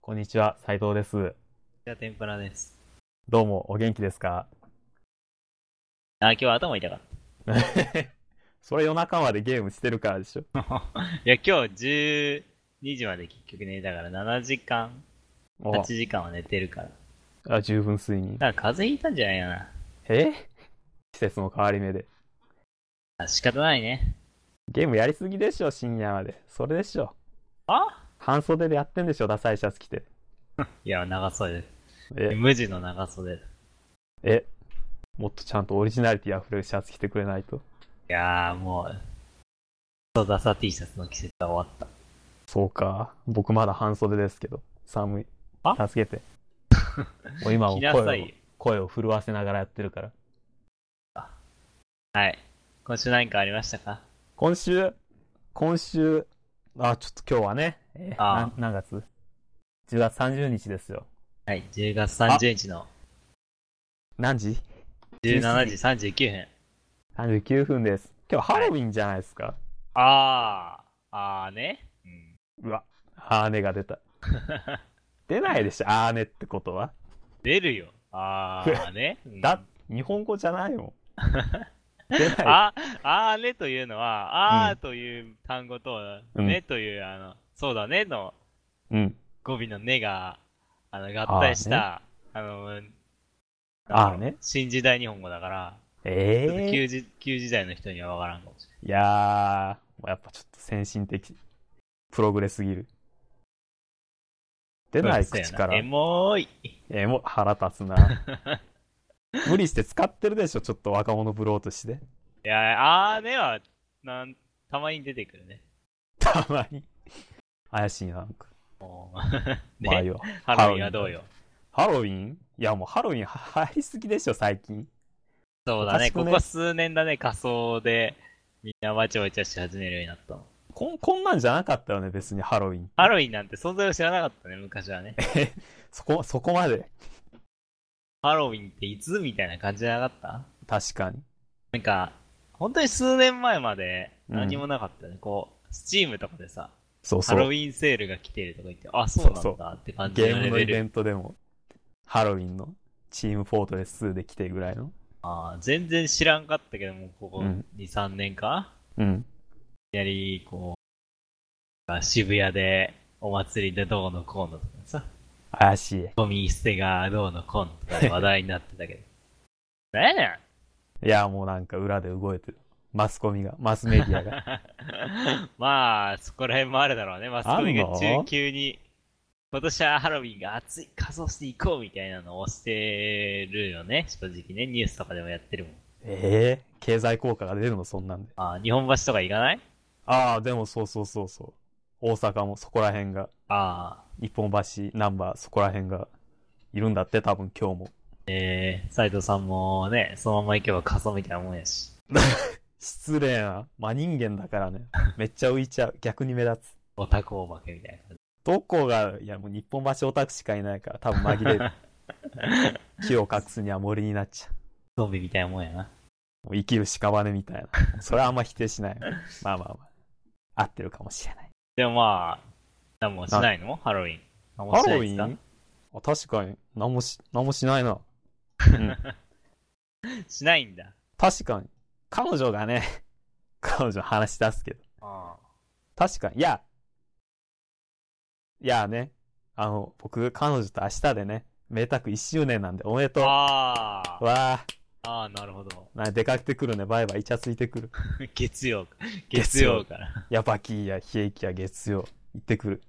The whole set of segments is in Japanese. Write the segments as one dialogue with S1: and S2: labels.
S1: こんにちは、斉藤です。
S2: じゃあ、天ぷらです。
S1: どうも、お元気ですか
S2: あ、今日は頭痛かっ
S1: それ夜中までゲームしてるからでしょ。
S2: た。いや、今日12時まで結局寝たから、7時間、
S1: お
S2: 8時間は寝てるから。
S1: あ、十分睡眠。
S2: だから風邪ひいたんじゃないかな。
S1: え季節の変わり目で。
S2: あ仕方ないね。
S1: ゲームやりすぎでしょ、深夜まで。それでしょ。
S2: あ
S1: 半袖でやってんでしょ、ダサいシャツ着て。
S2: いや、長袖
S1: え、
S2: 無地の長袖。い
S1: え、もっとちゃんとオリジナリティ溢れるシャツ着てくれないと。
S2: やー、もう、そうダサ T シャツの季節は終わっ
S1: そうか。僕まだ半袖ですけど、寒い。
S2: あ
S1: 助け て。もう今
S2: た。
S1: も
S2: 着
S1: 声
S2: な
S1: を
S2: さいよ。
S1: 声を震わせながらやってるから。
S2: はい。今週何かありましたか
S1: 今週、今週、あ、ちょっと今日はね、えー
S2: あ
S1: な何月 ?10 月30日ですよ。
S2: はい、10月30日の
S1: 何時
S2: 17時39分。
S1: ?39 分です。今日ハロウィンじゃないですか。
S2: あー、あーね。うん。
S1: うわ、アーネが出 た。出ないでしょ、アーネってことは。
S2: 出るよ。あー ね。うん
S1: だ、日本語じゃない もん。出ない。
S2: あ、あーねというのは、あーという単語と、
S1: うん
S2: ねという、あの、そうだねの
S1: うん。
S2: 語尾のねが、あの、合体した、あの、
S1: あーね。
S2: 新時代日本語だから、
S1: え
S2: ちょっと
S1: え
S2: 旧時、旧時代の人にはわからんかもしれない。
S1: いやー、もうやっぱちょっと先進的。プログレスすぎる。出ない口か
S2: そうやなエ
S1: ら。
S2: モーい。
S1: えー、もう腹立つな。無理して使ってるでしょ、ちょっと若者ブローと して。
S2: いや、あーねは、なん、たまに出てくるね。
S1: たまに。怪しいな、なんか。
S2: もうね
S1: まあいいわ
S2: ハロウィンはどうよ。
S1: ハロウィンいや、もうハロウィンは入りすぎでしょ、最近。
S2: そうだね
S1: おかしく
S2: こ
S1: ね
S2: こ数年だね、仮装で、みんなわちゃわちゃし始めるようになったの。
S1: こん、こんなんじゃなかったよね、別にハロウィン。
S2: ハロウィンなんて存在を知らなかったね、昔はね。
S1: そこ、そこまで。
S2: ハロウィンっていつみたいな感じじゃなかった
S1: 確かに。
S2: なんか、本当に数年前まで
S1: うん
S2: 何もなかったよね。こう、スチームとかでさ、
S1: そう
S2: ハ
S1: そ
S2: ロウ
S1: う。
S2: ィンセールが来てるとか言って、あ、そうな
S1: そうん
S2: だって感じ
S1: ゲー
S2: の
S1: ム
S2: レ
S1: の
S2: ベ
S1: イベ
S2: ル。
S1: ントでも、ハロウィンのチームフォートレス2で来てるぐらいの。
S2: あー全然知らんかったけども、ここ
S1: うん
S2: 2、3年か
S1: うん。
S2: いきなり、こう、渋谷でお祭りでどうのこうのとかさ、
S1: 怪しい。
S2: ゴミ捨てがどうのこうのとかで話題になってた けど。なんや
S1: いや、もうなんか裏で動いてる。マスコミが、マスメディア が。
S2: ねん まあ、そこら辺もあるだろうね。マスコミが
S1: あんの
S2: 中級に、今年はハロウィンが熱い仮装していこうみたいなのをしてるよね。正直ね、ニュースとかでもやってるもん。
S1: ええ経済効果が出るの、そんなんで。
S2: あ日本橋とか行かない
S1: ああ、でもそうそうそうそう。大阪もそこら辺が、
S2: ああ、
S1: 一本橋、ナンバー、そこら辺が、いるんだって、多分今日も。
S2: えー、斉藤さんもね、そのまま行けば仮装みたいなもんやし。
S1: 失礼な。真人間だからね。めっちゃ浮いちゃう。逆に目立つ。
S2: オタクお化けみたいな感じ。
S1: どこが、いやもう日本橋オタクしかいないから、多分紛れ る。木を隠すには森になっちゃ
S2: ゾンビみたいなもんやな。
S1: う。もう生きる屍みたいな。それはあんま否定しない。まあまあまあ。合ってるかもしれない。
S2: でもまあ、何もしないのハロウィン。何も
S1: ハ
S2: しない
S1: ロウ
S2: んで
S1: ィ
S2: すか
S1: ンあ確かに、何もし、何もしない な。うん
S2: しないんだ。
S1: 確かに。彼女がね、 彼女話し出すけど。
S2: あ
S1: 確かに。いや、いやね、あの、僕、彼女と明日でね、めでたく1周年なんで、おめでとう。わ
S2: あー。
S1: あ、
S2: ああ、なるほど。
S1: な出かけてくるね、バイバイ、イチャついて くる。
S2: 月曜か。
S1: 月
S2: 月
S1: 曜
S2: 曜から。
S1: やばきや、冷えきや、月曜、行ってくる。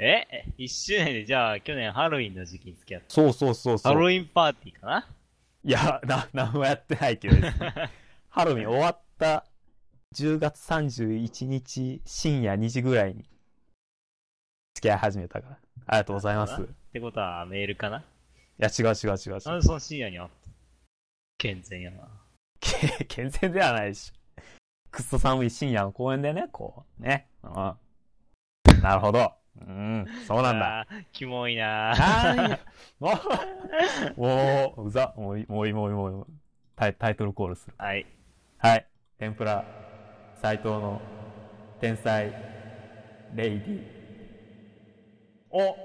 S2: え一周年で、じゃあ、去年ハロウィンの時期に付き合った。
S1: そうそうそうそ
S2: ハロ
S1: う。
S2: ウィンパーティーかない
S1: や、な、何もやってないけど ですね、ハロウィン終わった10月31日深夜2時ぐらいに付き合い始めたから。ありがとうございます。
S2: ってことは、メールかない
S1: や、違う違う違う違う。
S2: なんでその深夜にあった健全やな。
S1: け 健全ではないでしょ。くっそ寒い深夜の公園でね、こう、ね。うん。なるほど。うん、そうなんだ。
S2: あー。キモいな
S1: あーい やもう、もう、うざ、もういい、もういい、もういい、もういいもういいタイ。タイトルコールする。
S2: はい。
S1: はい。天ぷら、斎藤の天才、レイディ。お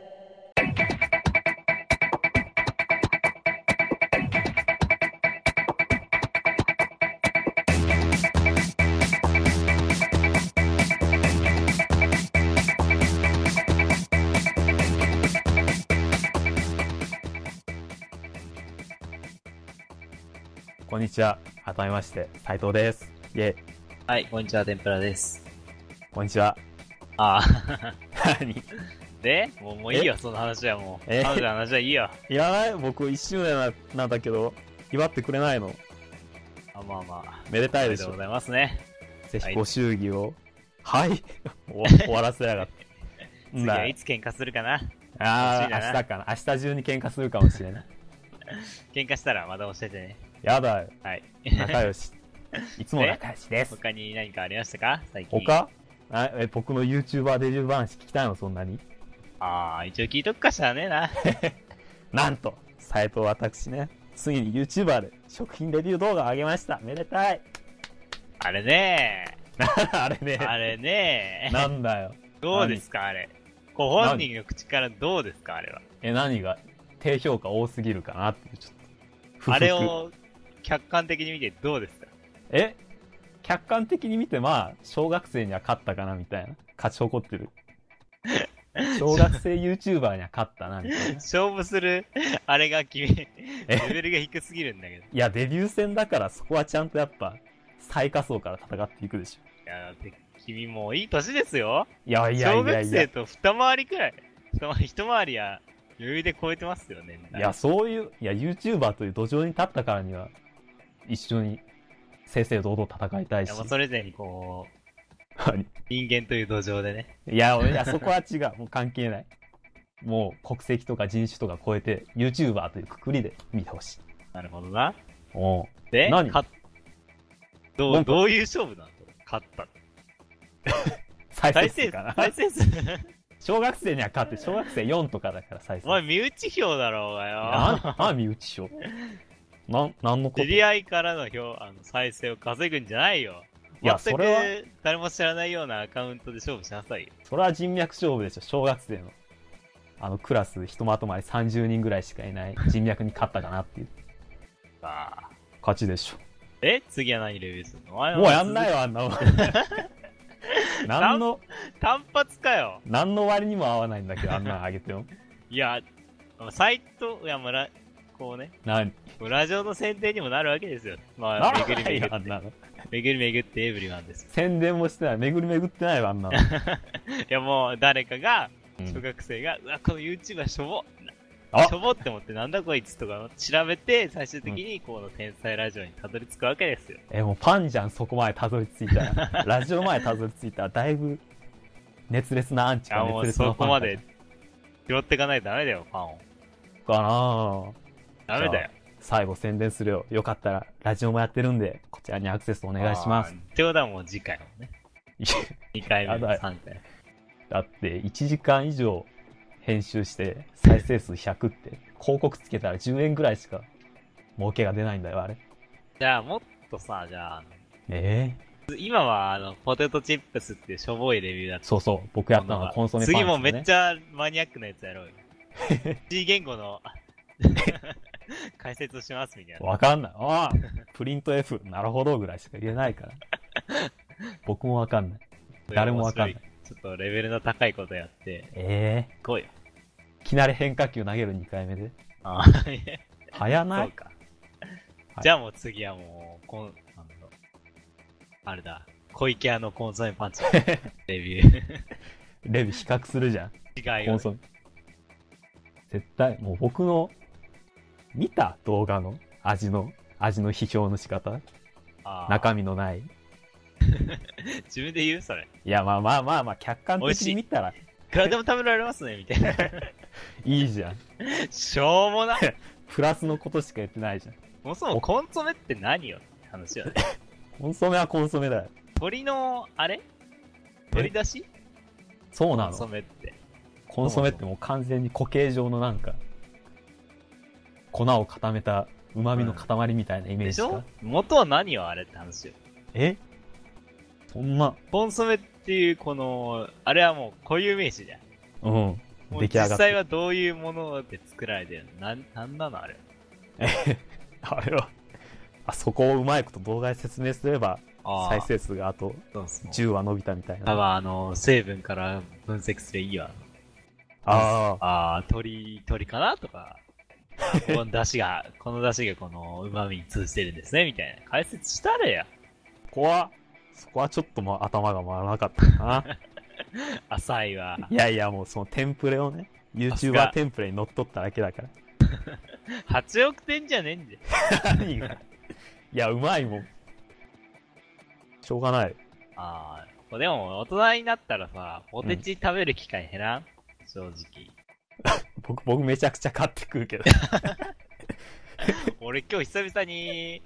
S1: こんにちは。改めまして、斉藤です。イェイ。
S2: はい、こんにちは、天ぷらです。
S1: こんにちは。
S2: ああ。
S1: 何
S2: でもう、もういいよ、その話はもう。
S1: え
S2: 彼女の話はいいよ。
S1: いらない僕一周年ななんだけど、祝ってくれないの。
S2: あまあまあ。
S1: めでた
S2: あ
S1: いで
S2: りが
S1: し
S2: とう
S1: ょ
S2: ご。ざいますね。
S1: ぜ
S2: は
S1: ひ
S2: い
S1: ご祝儀を。はい。 お終わらせやがって。
S2: 次
S1: な
S2: はいつ喧嘩するかな
S1: あ
S2: 欲しい
S1: あ、
S2: な
S1: 明日かな。明日中に喧嘩するかもしれない。
S2: 喧嘩したらまた教えてね。
S1: やだよ。
S2: はい。
S1: 仲良し。いつも仲良しです。
S2: 他に何かありましたか最近。
S1: 他あえ僕の YouTuber デビュー話聞きたいのそんなに
S2: ああ、一応聞いとくかしらね えな。
S1: なんと斉藤私ねついに YouTuber で食品レビュー動画を上げましためでたい
S2: あれね
S1: あれ ね
S2: え。あれねえ。
S1: なんだよ
S2: どうですかあれ。ご本人の口からどうですかあれは。
S1: え何が低評価多すぎるかなっていうちょっと不服
S2: あれを客観的に見てどうですか
S1: え客観的に見てまあ小学生には勝ったかなみたいな勝ち誇 ってる小学生 YouTuber には勝ったなみたいな
S2: 勝負する、あれが君、レ
S1: え
S2: ベルが低すぎるんだけど。い
S1: いやデビュー戦だからそこはちゃんとやっぱ最下層から戦っていくでしょ
S2: や、だって君もういい年ですよ。
S1: いやいやいや
S2: 小学
S1: いや
S2: 生と二回りくらい。二回り一回りや余裕で超えてますよね。
S1: いや、そういう、いや、YouTuber という土壌に立ったからには、一緒に正々堂々戦いたい
S2: い
S1: し
S2: や。もうそれぞれにこう、
S1: はい
S2: 人間という土壌でね。
S1: いや、俺いや、そこは違う。もう関係ない。もう国籍とか人種とか超えて、YouTuber というくくりで見てほしい。
S2: なるほどな。
S1: おう
S2: で、
S1: 何
S2: 勝っど
S1: な
S2: う、
S1: んか
S2: どういう勝負なの勝ったの。
S1: 再
S2: 大
S1: 生数
S2: 戦数
S1: か
S2: 大
S1: な。
S2: 戦数
S1: 小学生には勝って、小学生4とかだから再生
S2: お前、身内票だろうがよ。
S1: な、な、身内賞。なん、なんのこと
S2: 知り合いからの票、あの、再生を稼ぐんじゃないよ。
S1: いや
S2: 全
S1: そ
S2: く
S1: れは
S2: 誰も知らないようなアカウントで勝負しなさいよ。
S1: それは人脈勝負でしょ、小学生の。あの、クラス、ひとまとまり30人ぐらいしかいない人脈に勝ったかなっていう
S2: あー
S1: 勝ちでしょ。
S2: え次は何レビューするの
S1: もうやんないいよ、あんなもん。何の、
S2: 単発かよ。
S1: 何の割にも合わないんだけど、あんなんあげても。
S2: いや、サイト、いや、もうラ、こうね、
S1: なん、
S2: もうラジオの宣伝にもなるわけですよ。まあ、
S1: なん
S2: めぐり
S1: だ
S2: めぐ
S1: よ
S2: っ、
S1: あん
S2: て、
S1: なの。
S2: めぐりめぐってエブリワンです。
S1: 宣伝もしてない。巡り巡ってないわ、あんなの。
S2: いや、もう誰かが、
S1: うん
S2: 小学生が、うわ、この YouTuber しょぼ
S1: あ
S2: しょぼって思ってなんだこいつとか調べて、最終的にこの天才ラジオにたどり着くわけですよ。
S1: え、もうパンじゃん、そこまでたどり着いたら。ラジオ前たどり着いたら、だいぶ、熱烈なアンチ
S2: いや、
S1: か
S2: も
S1: 熱
S2: う
S1: 烈な
S2: そ
S1: フ
S2: こ
S1: ァ
S2: ま
S1: ン
S2: で拾っていかないとダメだよ、ファンを。
S1: かな
S2: ダメだよ。
S1: 最後宣伝するよ。よかったら、ラジオもやってるんで、こちらにアクセスお
S2: お
S1: 願いします。。
S2: ってことはもう次回もね。2回目、
S1: やだよ
S2: 3回
S1: だって、1時間以上編集して、再生数100って、広告つけたら10円ぐらいしか儲けが出ないんだよ、あれ。
S2: じゃあ、もっとさ、じゃあ、
S1: ええ
S2: 今は、あの、ポテトチップスっていうしょぼいレビューだった
S1: そうそう、僕やったのはコンソメパン、ね。
S2: 次もめっち
S1: ゃ。
S2: ゃマニアックなやつやろうよ。C 言語の、 あ解説をしますみたいな。
S1: わかんない。ああ、プリント F、なるほどぐらいしか言えないから。僕もわかんない。誰もわかんない。
S2: ちょっとレベルの高いことやって、
S1: ええ
S2: こうよ。
S1: いきなり変化球投げる2回目で。
S2: ああ、 いや
S1: 早な
S2: そう
S1: い
S2: か。
S1: はい
S2: じゃあもう次はもう、こん、なんだろうあれだ、小池屋のコンソメパン チのレビュ
S1: レビ比較するじゃん。
S2: ー。違い
S1: コ
S2: を
S1: ンソメ。絶対、もう僕の、見た動画の味の、味の批評の仕方
S2: あー
S1: 中身のない。
S2: 自分で言うそれ。
S1: いや、まあまあまあまあ、客観
S2: 美味
S1: 的
S2: しい
S1: に見たら
S2: いくらでも食べられますね、みたい な。
S1: いいじゃん。
S2: しょうもな。
S1: プラスのことしか言ってないじゃん。
S2: そもそもコンソメって何よって話よね。
S1: コンソメはコンソメだよ。
S2: 鶏の、あれ鶏だし
S1: そう
S2: コ
S1: な
S2: ンソ
S1: の。
S2: メって。
S1: コンソメってもう完全に固形状のなんか、粉を固めた旨味の塊みたいなイメー
S2: で
S1: ジ
S2: し
S1: か、
S2: ょ元は何よあれって話よ。
S1: えそんな、
S2: コンソメっていう、この、あれはもう固有名詞だよ。
S1: うん。
S2: もう
S1: 出来上が
S2: 実
S1: っ
S2: 際
S1: た。
S2: はどういうもので作られてるのなん、なんなのあれ。
S1: あれは、あそこをうまいこと動画で説明すれば、
S2: あ
S1: 再生数があと
S2: そうそう。
S1: 10は伸びたみたい
S2: 多
S1: な。
S2: 分あの、成分から分析すればいいわ。
S1: あ
S2: あー、鳥、鳥かなとか。この出汁が、この出汁がこの旨味に通じてるんですね、みたいな。解説したれや。
S1: そこは、そこはちょっともう頭が回らなかったな。
S2: 浅いわ。
S1: いやいや、もうそのテンプレをね、YouTuber テンプレに乗っ取っただけだから。
S2: 8億点じゃねえんで。
S1: 何がいや、うまいもん。しょうがない。
S2: ああ、でも大人になったらさ、ポテチ食べる機会減らん、正直。
S1: 僕、僕めちゃくちゃ買ってくる けど。
S2: 俺今日久々に、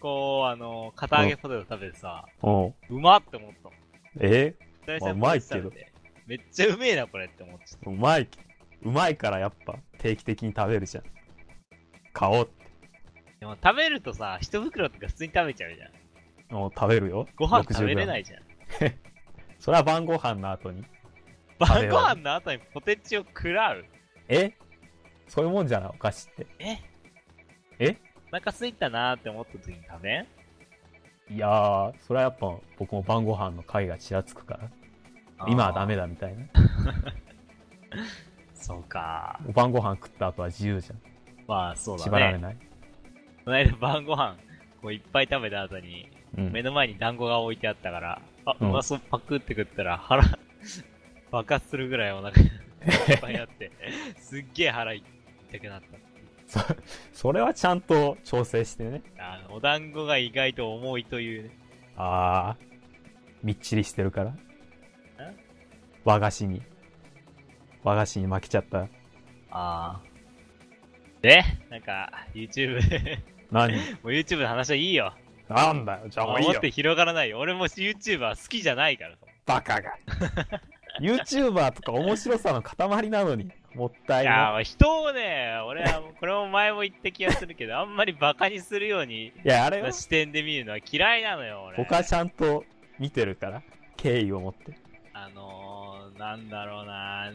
S2: こう、あの、片揚げポテト食べてさ、
S1: うん。
S2: うまって思ったもん。
S1: え
S2: 久々に
S1: まあ
S2: ポテチ食べて。めっちゃうめえな、これって思っちゃっ
S1: うまい。うまいからやっぱ定期的に食べるじゃん。買おう。
S2: た。でも食べるとさ、一袋とか普通に食べちゃうじゃん。
S1: もう食べるよ。。
S2: ご飯食べれないいじゃん。
S1: それは晩ご飯の後に。食べ
S2: 晩
S1: よう
S2: ご飯の後にポテチを食らう。
S1: えそういうもんじゃないお菓子って。
S2: え
S1: え
S2: お腹空いたなーって思った時に食べん
S1: いやー、それはやっぱ僕も晩ご飯の貝がちらつくから。今はダ。メ
S2: あー
S1: だみたいな。
S2: そうか。
S1: 晩ご飯食った後は自由じゃ。
S2: まあそうんだね。
S1: 縛られない。
S2: この間晩ご飯こういっぱい食べた後に、
S1: うん
S2: 目の前に団子が置いてあったから、あ、
S1: う
S2: うんまそうパクって食ったら腹、 爆発するぐらいお 腹いっぱいになって、すっげえ腹痛くなっ
S1: そそれはちゃんと調整してね。
S2: た。あの、お団子が意外と重いというね。
S1: あー、みっちりしてるから
S2: え。
S1: 和菓子に。和菓子に負けちゃった。
S2: ああ。で、なんか、YouTube 、
S1: 何
S2: もう YouTube の話はいいよ。
S1: なんだよ、じゃあもういい
S2: 思
S1: よ
S2: っ。て広がらないよ。俺も YouTuber 好きじゃないから。
S1: バカが。YouTuber とか面白さの塊なのに、もった
S2: い
S1: い
S2: や
S1: な
S2: ー、人をね、俺はもう、これも前も言った気がするけど、あんまりバカにするよう
S1: い。
S2: に
S1: いや、あれは、
S2: 視点で見るのは嫌いなのよ、俺。
S1: 僕はちゃんと見てるから、敬意を持って。い
S2: あのー、なんだろうな。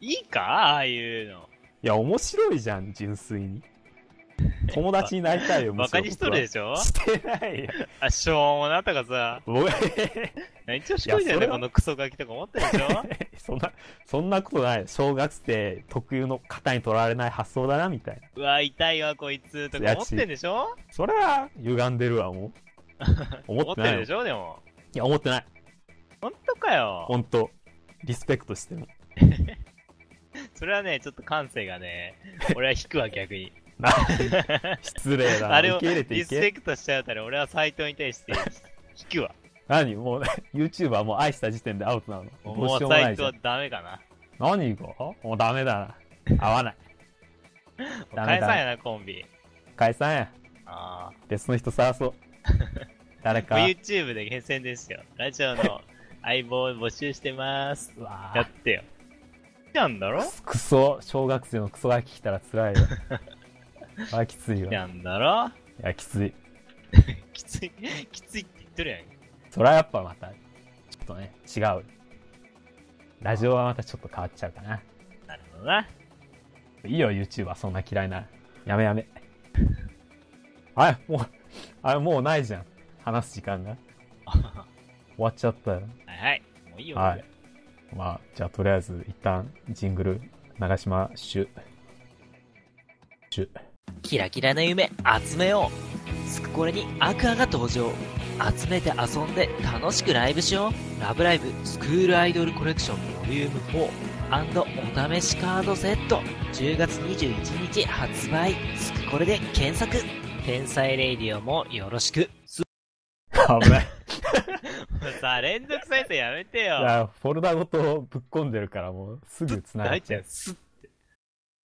S2: いいかああいうの。
S1: や、面白いじゃん、純粋に。友達になりた いよ、
S2: バカにしとるで
S1: し
S2: しょ
S1: ょしてないよ。
S2: あ、しょうもなとかさ。
S1: 僕、
S2: 何調子こいじ
S1: いや
S2: ゃ
S1: それ
S2: ね
S1: は
S2: このクソガキとか思ってるでしょ
S1: そんな、そんなことない。小学生特有の型にとらわれない発想だな、みたいな。
S2: うわ、痛いわ、こいつ。とか思ってんでしょ
S1: それは、歪んでるわ、もう。思
S2: 思
S1: っ
S2: ってて
S1: ない
S2: る
S1: よ。
S2: でしょでも。
S1: いや、思ってない。
S2: 本当かよ。
S1: ほんと。リスペクトしてる。
S2: それはね、ちょっと感性 がね、俺は引くわ、逆に。
S1: な失礼だな。
S2: あれを
S1: 受け入れて
S2: リ
S1: い
S2: スペ
S1: け。
S2: クトしちゃうたら、俺は斎藤に対して引くわ。
S1: 何もう、YouTuber もう愛した時点でアウトなの。どう
S2: も
S1: しようも
S2: う
S1: な
S2: 斎
S1: いじ
S2: 藤
S1: ゃ
S2: は
S1: ん。
S2: ダメかな。
S1: 何がもうダメだな。合わ ない。ダメ
S2: 返
S1: だ
S2: さんやな、コンビ。
S1: 解散や。
S2: あ
S1: 別の人探 そう。誰
S2: あ。
S1: か。
S2: YouTube で宣伝ですよ。ラジオ の相棒を募集してます。
S1: うわ
S2: やってよ。なんだろ
S1: クソ、小学生のクソが聞いたら辛い よ。あ、きついわ。い
S2: なんだろ
S1: や、きつい。
S2: きつい、きついって言ってるやん。
S1: それはやっぱまた、ちょっとね、違う。ラジオはまたちょっと変わっちゃうかな。
S2: なるほどな。
S1: いいよ、YouTuber、そんな嫌いな。やめや め。あれ、もう、あれ、もうないじゃん。話す時間 が。
S2: は
S1: 終わっちゃったよ。
S2: いはい。もういいよ。
S1: はい。まあ、じゃあ、とりあえず、一旦、ジングル、長島、シュ。シュ。
S3: キラキラな夢集めようスクコレにアクアが登場集めて遊んで楽しくライブしようラブライブスクールアイドルコレクションボリューム4お試しカードセット10月21日発売スクコレで検索天才レイディオもよろしく
S1: 危 ない。
S2: もうさ、連続再生やめて
S1: い
S2: よ。
S1: や、フォルダごとぶっ込んでるから、もう、すぐ繋が
S2: 大
S1: っ
S2: ち
S1: ち
S2: ゃ
S1: ゃ
S2: ん
S1: う。
S2: す、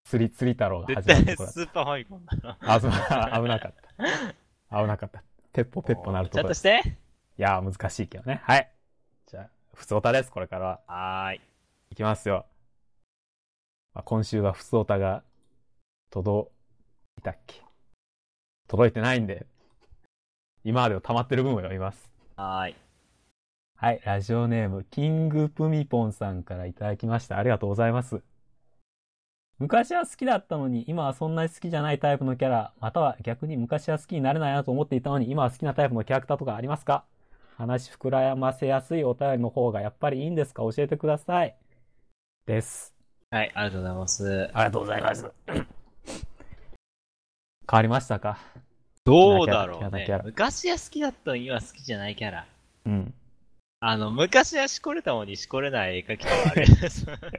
S1: 釣り、釣り太郎が
S2: 絶
S1: 始まると
S2: 対
S1: ころだ
S2: スーパーファミコンだな。
S1: あ、そう、 危なかった。危なかった。ペッポペッポなると
S2: ちゃ
S1: ころ
S2: んと
S1: だ。
S2: して。
S1: いやー、難しいけどね。はい。じゃあ、普通オタです、これからは。
S2: はーい。
S1: いきますよ。まあ、今週は普通オタが届いたっけ届いてないんで、今までを溜まってる分を読みます。
S2: はーい。
S1: はい、ラジオネーム、キングプミポンさんからいただきました。ありがとうございます。昔は好きだったのに、今はそんなに好きじゃないタイプのキャラ、または逆に昔は好きになれないなと思っていたのに、今は好きなタイプのキャラクターとかありますか話膨らませやすいお便りの方がやっぱりいいんですか教えてください。です。
S2: はい、ありがとうございま す。
S1: ありがとうございます。変わりましたか
S2: どうだろ
S1: 嫌
S2: う
S1: な
S2: ね
S1: キャラ。
S2: 昔は好きだったのに今好きじゃないキャラ。
S1: うん。
S2: あの、昔はしこれたのにしこれない絵描きとかあ る。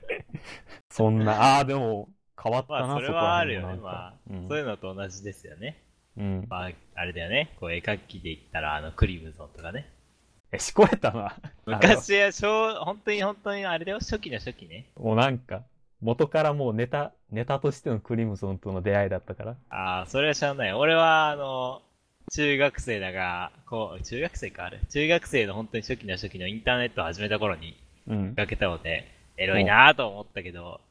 S1: そんな、ああ、でも、変わったな、
S2: まあ、それ
S1: こ
S2: は
S1: ら
S2: あ
S1: 辺
S2: るよ
S1: も
S2: ね。
S1: なんか
S2: まあ、
S1: うん
S2: そういうのと同じですよね。
S1: うん。
S2: まあ、あれだよね。こう、絵描きで言ったら、あの、クリムゾンとかね。
S1: え、しこれたな。
S2: 昔は、小、本当に本当に、あれだよ、初期の初期ね。
S1: もうなんか、元からもうネタ、ネタとしてのクリムゾンとの出会いだったから。
S2: ああ、それは知らない。俺は、あの、中学生だが、こう、中学生かあれ中学生の本当に初期の初期のインターネットを始めた頃に
S1: うん。
S2: かけたので、エロいなぁと思ったけど、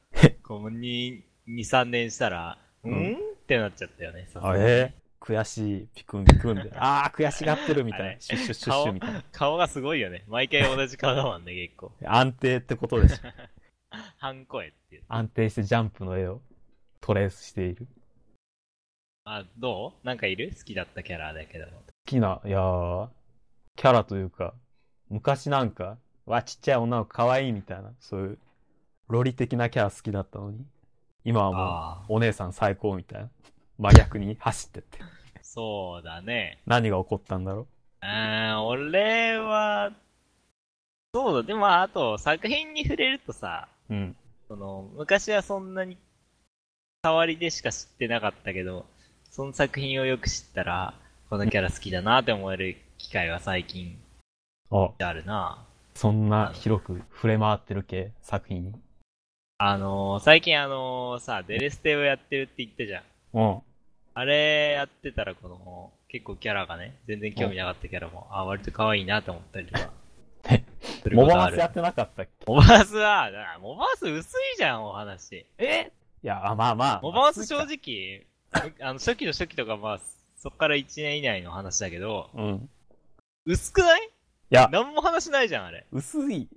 S2: こう、2、2、3年したら、ん
S1: ん
S2: ってなっちゃったよね。さすがに
S1: え悔しい、ピクンピクンで。ああ、悔しがってるみた
S2: あ
S1: い
S2: れ
S1: な。シュッシュッシュッシュみたいな。
S2: 顔がすごいよね。毎回同じ顔だもんね、結構。
S1: 安定ってことでしょ。
S2: 半声っていう。
S1: 安定してジャンプの絵をトレースしている。
S2: あ、どうなんかいる好きだったキャラだけど。
S1: 好きな、いやー、キャラというか、昔なんか、わ、ちっちゃい女の子可愛いみたいな、そういう、ロリ的なキャラ好きだったのに、今はも
S2: ああ。
S1: う、お姉さん最高みたいな。真逆に走ってって。
S2: そうだね。
S1: 何が起こったんだろ
S2: あー俺は、そうだ、でもあと作品に触れるとさ、
S1: う。うん。
S2: その昔はそんなに触りでしか知ってなかったけど、その作品をよく知ったら、このキャラ好きだなって思える機会は最近
S1: あ、
S2: あるな。
S1: そんな広く触れ回ってる系、作品に。
S2: あのー最近あのーさ、デレステをやってるって言ったじゃん。
S1: うん。
S2: あれやってたらこの、結構キャラがね、全然興味なかったキャラも、あ、割と可愛いなって思ったりとか。する こ
S1: モ
S2: と
S1: バ
S2: あ
S1: マス
S2: る
S1: やってなかったっけ
S2: モバースは、だからモバース薄いじゃん、お話。
S1: えいや、あまあまあ。
S2: モバース
S1: 暑い
S2: 正
S1: か
S2: 直、あの、初期の初期とかまあ、そっから1年以内の話だけど、
S1: うん。
S2: 薄くない
S1: いや、
S2: 何も話ないじゃん、あれ。
S1: 薄い。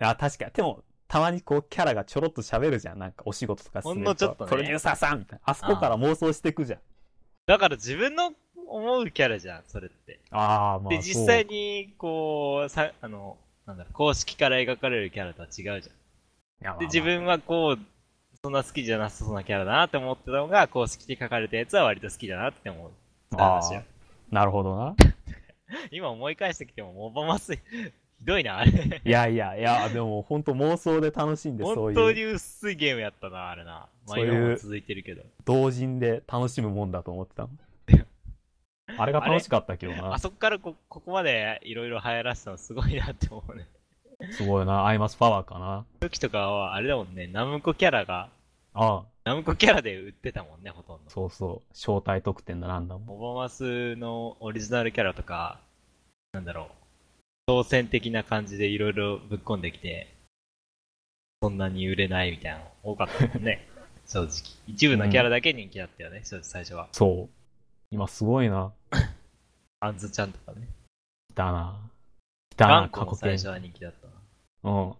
S1: あ、確かに。でも、たまにこう、キャラがちょろっと喋るじゃん。なんか、お仕事とかする
S2: ほんのちょっとね
S1: プロデューサーさんみたいな。あそこから妄想していくじゃん。
S2: だから自分の思うキャラじゃん、それって。
S1: ああ、まあ。
S2: で、実際に、こう、さ、あの、なんだろう、公式から描かれるキャラとは違うじ
S1: そう、
S2: ゃん。
S1: で
S2: で、自。分はこう、そんな好きじゃなさそうなキャラだなって思ってたのが、公式で描かれたやつは割と好きだなって思う。
S1: あ
S2: 話よ
S1: ーなるほど な。
S2: 今思い返してきても、モバマス、ひどいな、あれ。
S1: いやいや、いや、でも、本当妄想で楽しんで、そう
S2: 本当
S1: いう、
S2: に薄いゲームやったな、あれな。まあ
S1: そういう
S2: 今も続いてるけど。
S1: 同人で楽しむもんだと思って たの。あれが楽しかったけどな
S2: あ。そこからこ、ここまでいろいろ流行らせたのすごいなって思うね。
S1: すごいな。アイマスパワーかな。
S2: 時とかは、あれだもんね、ナムコキャラが、
S1: ああ、
S2: ナムコキャラで売ってたもんね、ほとんど。
S1: そうそう。招待特典だなんだもん。
S2: モバマスのオリジナルキャラとか、なんだろう、当選的な感じでいろいろぶっ込んできて、そんなに売れないみたいなの多かったも んね。正直。一部のキャラだけ人気だったよね、正直最初は。
S1: そう。今すごいな。
S2: アンズちゃんとかね。
S1: 来たな。来た
S2: ガ
S1: な、
S2: ンコ
S1: 過
S2: も
S1: 去
S2: 最
S1: 形。
S2: 初は人気だったな。
S1: うん。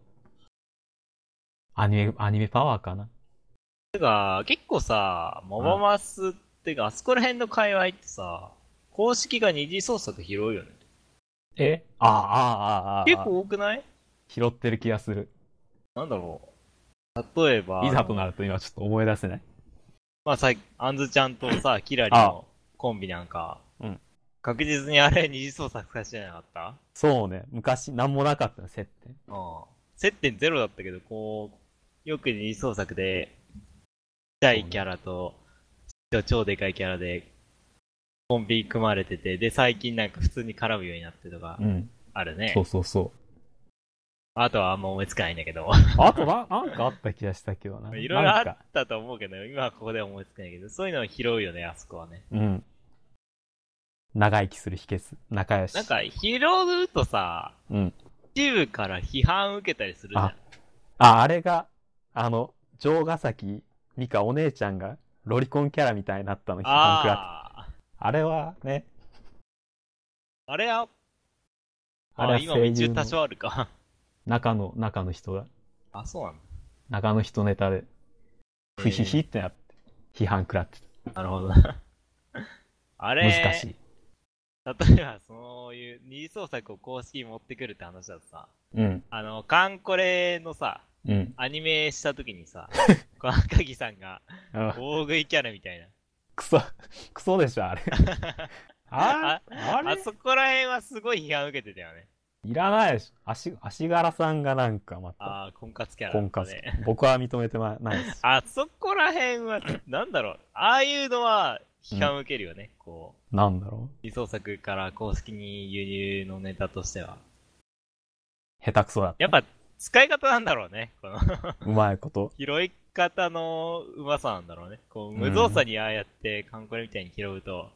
S1: アニメ、アニメパワーかな。
S2: てか、結構さ、モバマスってか、あそこら辺の界隈ってさ、公式が二次創作拾うよね。
S1: えああ、ああ、ああ。
S2: 結構多くない
S1: 拾ってる気がする。
S2: なんだろう。例えば、
S1: いざとなると今ちょっと思い出せない。
S2: まあさ、アンズちゃんと さ、キラリのコンビなんか、
S1: うん
S2: 確実にあれ二次創作化してなかった
S1: そうね。昔、なんもなかったの、接点。
S2: うん。接点ゼロだったけど、こう、よく二次創作で、ちっちゃいキャラと、超でかいキャラで、コンビ組まれてて、で、最近なんか普通に絡むようになってとか、
S1: うん。
S2: あるね
S1: そ。うそうそう。
S2: あとはあんま思いつかないんだ けど。
S1: あとな、なんかあった気がしたけどな。
S2: いろいろあ
S1: なん
S2: っ
S1: か。
S2: たと思うけど、今はここでは思いつかないけど、そういうのを拾うよね、あそこはね。
S1: うん。長生きする秘訣。仲良し。
S2: なんか、拾うとさ、
S1: うん。
S2: 一部から批判受けたりするじゃん
S1: あ。あ、あれが、あの、城ヶ崎美香お姉ちゃんがロリコンキャラみたいになったの、批判食らって。
S2: ああ
S1: あれはね、
S2: ー。あれは、
S1: あれ
S2: あ
S1: は
S2: 今も
S1: 声
S2: 一
S1: 優
S2: 応
S1: の
S2: 多少あ るか。
S1: 中の、中の人が、
S2: あ、そうなんだ。
S1: 中の人ネタで、ふひひってなって、批判食らって
S2: なるほ どな。あ
S1: た。
S2: れ、
S1: 難しい。
S2: 例えば、そういう二次創作を公式に持ってくるって話だとさ、
S1: うん、
S2: あの、カンコレのさ、
S1: うん。
S2: アニメした時にさ、こう赤木さんが
S1: あ
S2: 大食いキャラみたいな。
S1: クソ、クソでしょ、 あれ。ああ
S2: あ
S1: れ
S2: そこら辺はすごい批判受けてたよね。
S1: いらないでしょ。足、足柄さんがなんかまた、
S2: ああ、婚活キャラ、ね。
S1: 婚活。僕は認めてまないです。
S2: あそこら辺は、なんだろう。ああいうのは批判受けるよね。こう、
S1: なんだろう。
S2: 二創作から公式に輸入のネタとしては。
S1: 下手くそだ。
S2: やっぱ、使い方なんだろうね。この、
S1: うまいこと。
S2: 拾い方のうまさなんだろうね。こう、無造作にああやって、カンコレみたいに拾うと、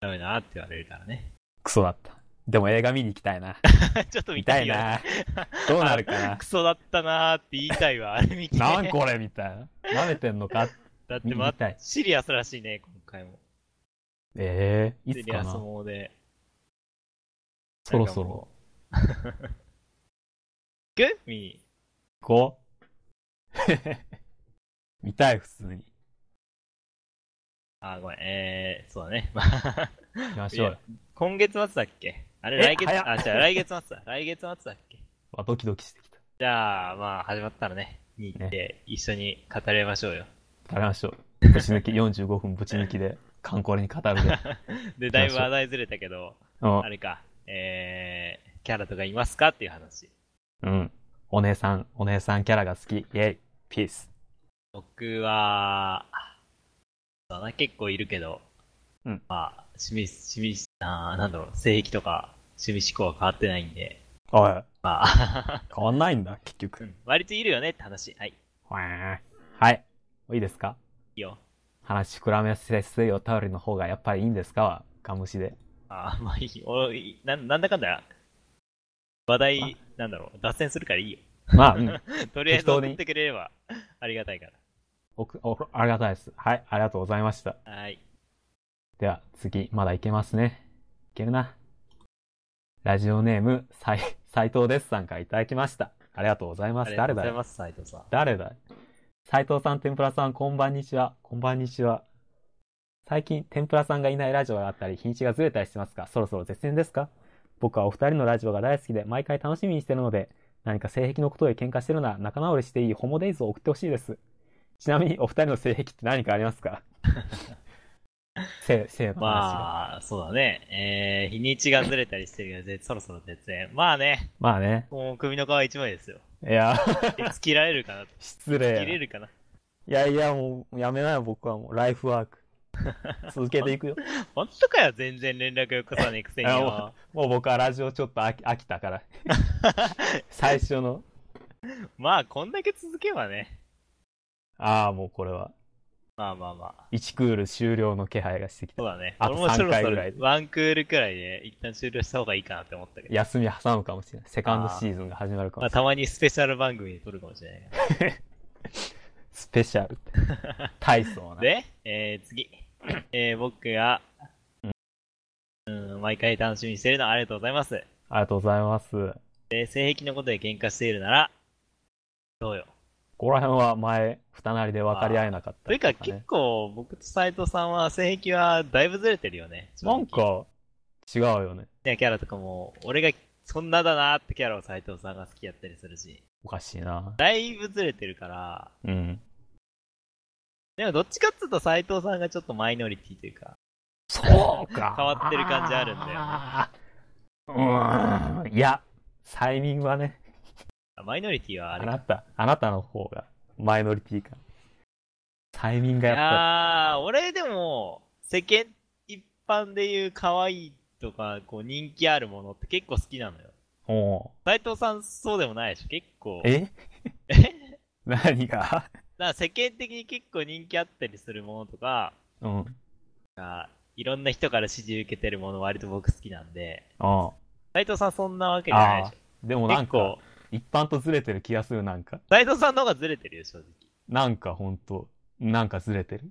S2: ダメだなって言われるからね。
S1: クソだった。でも映画見に行きたいな。
S2: ちょっと見
S1: 見
S2: た
S1: た
S2: い
S1: い
S2: よね。
S1: な。どうなるかな
S2: ク。ソだったなーって言いたいわ、あれ見て。
S1: なんこれみたいな。舐めてんのか。
S2: だってま
S1: 見たい
S2: シリアスらしいね、今回も。
S1: ええ
S2: シ
S1: いつ
S2: リ
S1: か
S2: アス
S1: な。
S2: もで。
S1: そろそろ。
S2: なんかもう。行く見に。
S1: こう 見たい、普通に。
S2: あ、ごめん、えー、そうだね。まあ、
S1: 行きましょう
S2: い
S1: よ
S2: や。今月末だっけあれ
S1: え
S2: 来月、
S1: 早っ
S2: あ、じゃ来月末だ。来月末だっけ
S1: わドキドキしてきた。
S2: じゃあ、まあ、始まったらね、見に行って、一緒に語りましょうよ。
S1: 食べましょ う。ぶち抜き、45分ぶち抜きで、観光に語る で。
S2: で、だいぶ話題ずれたけど、
S1: うん
S2: あ。れか、えー、キャラとかいますかっていう話。
S1: うん。お姉さん、お姉さんキャラが好き。イェイ。ピース。
S2: 僕は、そうだな、結構いるけど、
S1: うん
S2: まあ、趣味、趣味、あーなんだろう、性癖とか、趣味思考は変わってないんで、
S1: おい。
S2: まあ、
S1: 変わんないんだ、結
S2: う
S1: 局。
S2: ん割といるよねって話。はい、い
S1: はい。いいですか
S2: いよ。
S1: 話膨らめせすいお便りの方がやっぱりいいんですかは、ガムシで。
S2: あーまあいい。おいなんなんだかんだ、話題、なんだろう、脱線するからいいよ。
S1: まあ、うん。
S2: とりあ
S1: 適
S2: えず
S1: 当
S2: 送
S1: に
S2: ってくれれば、ありがたいか
S1: おくおありがたいです。はい、ありがとうございました。
S2: ら。はい。
S1: では、次、まだいけますね。いけるな。ラジオネーム、さい、 斎藤ですさんからいただきました。ありがとうございま
S2: あ
S1: す。
S2: りが
S1: 誰
S2: とう
S1: だ
S2: ござい
S1: よ
S2: ます、斉藤さん。
S1: 誰だ斉藤さん、天ぷらさん、こんばんにちは。こんばんにちは。最近、天ぷらさんがいないラジオがあったり、日にちがずれたりしてますが、そろそろ絶縁ですか僕はお二人のラジオが大好きで、毎回楽しみにしてるので、何か性癖のことで喧嘩してるなら仲直りしていいホモデイズを送ってほしいです。ちなみに、お二人の性癖って何かありますか 性、性の話が。
S2: まあ、そうだね。えー、日にちがずれたりしてるけど、そろそろ絶縁。まあね、
S1: まあね。
S2: もう首の皮一枚ですよ。
S1: いや、
S2: えつ切られるかな
S1: 失
S2: 切れ
S1: 礼。
S2: るかない
S1: やいや、もう、やめないよ、僕はもう、ライフワー ク。続けていくよ。
S2: 本当かよ、全然連絡よこさねえくせに
S1: あ
S2: よ。
S1: もう僕はラジオちょっと飽き飽きた から。最初の。
S2: まあ、こんだけ続けばね。
S1: ああ、もうこれは。
S2: まあまあまあ。
S1: 1クール終了の気配がしてき
S2: そう
S1: た。
S2: だね。
S1: あと
S2: 俺もそろそ
S1: 三回ぐ
S2: ろ
S1: らいで
S2: ワンクールくらいで一旦終了した方がいいかなって思ったけど。
S1: 休み挟むかもしれない。セカンドシーズンが始まるか
S2: ま
S1: もしれ
S2: あ、た
S1: ない。
S2: まにスペシャル番組で撮るかもしれないか
S1: スペシャ ル。大層
S2: ら。
S1: な。
S2: で、えー、次。えー、僕が、うん、毎回楽しみにしてるのありがとうございます。
S1: ありがとうございます。こ
S2: で、性癖のことで喧嘩しているなら、どうよ。
S1: こら辺は前、二なりで分かり合えなかった
S2: というか、
S1: とかね
S2: 結構、僕と斉藤さんは性癖はだいぶずれてるよね。
S1: なんか、違うよね。
S2: 好きなキャラとかも、俺がそんなだなーってキャラを斉藤さんが好きやったりするし、
S1: おかしいな。
S2: だいぶずれてるから、
S1: うん。
S2: でもどっちかっつうと斉藤さんがちょっとマイノリティというか、
S1: そうか。
S2: 変わってる感じあるんだよ
S1: よ。うーん。いや、タイミングはね。
S2: マイノリティはあ
S1: あ
S2: れ
S1: な
S2: か。
S1: た、あなたの方がマイノリティ感。タイミング
S2: い
S1: がやっ
S2: やー、俺でも、世間一般でいう可愛いとか、こう人気あるものって結構好きなのよ。
S1: ぱ、も
S2: 斉藤さんそうでもないでしょ結構
S1: う、。え 何が
S2: だから世間的に結構人気あったりするものとか、
S1: うん。
S2: あいろんな人から支持受けてるもの割と僕好きなんで、
S1: あ
S2: 斉藤さんそんなわけじゃないで
S1: あ
S2: し。
S1: でも
S2: ょ
S1: なん
S2: 結
S1: か
S2: 構、、
S1: 一般とずれてる気がする、なんか。
S2: 斉藤さんの方がずれてるよ、正
S1: なんかほんと、なんかずれてる。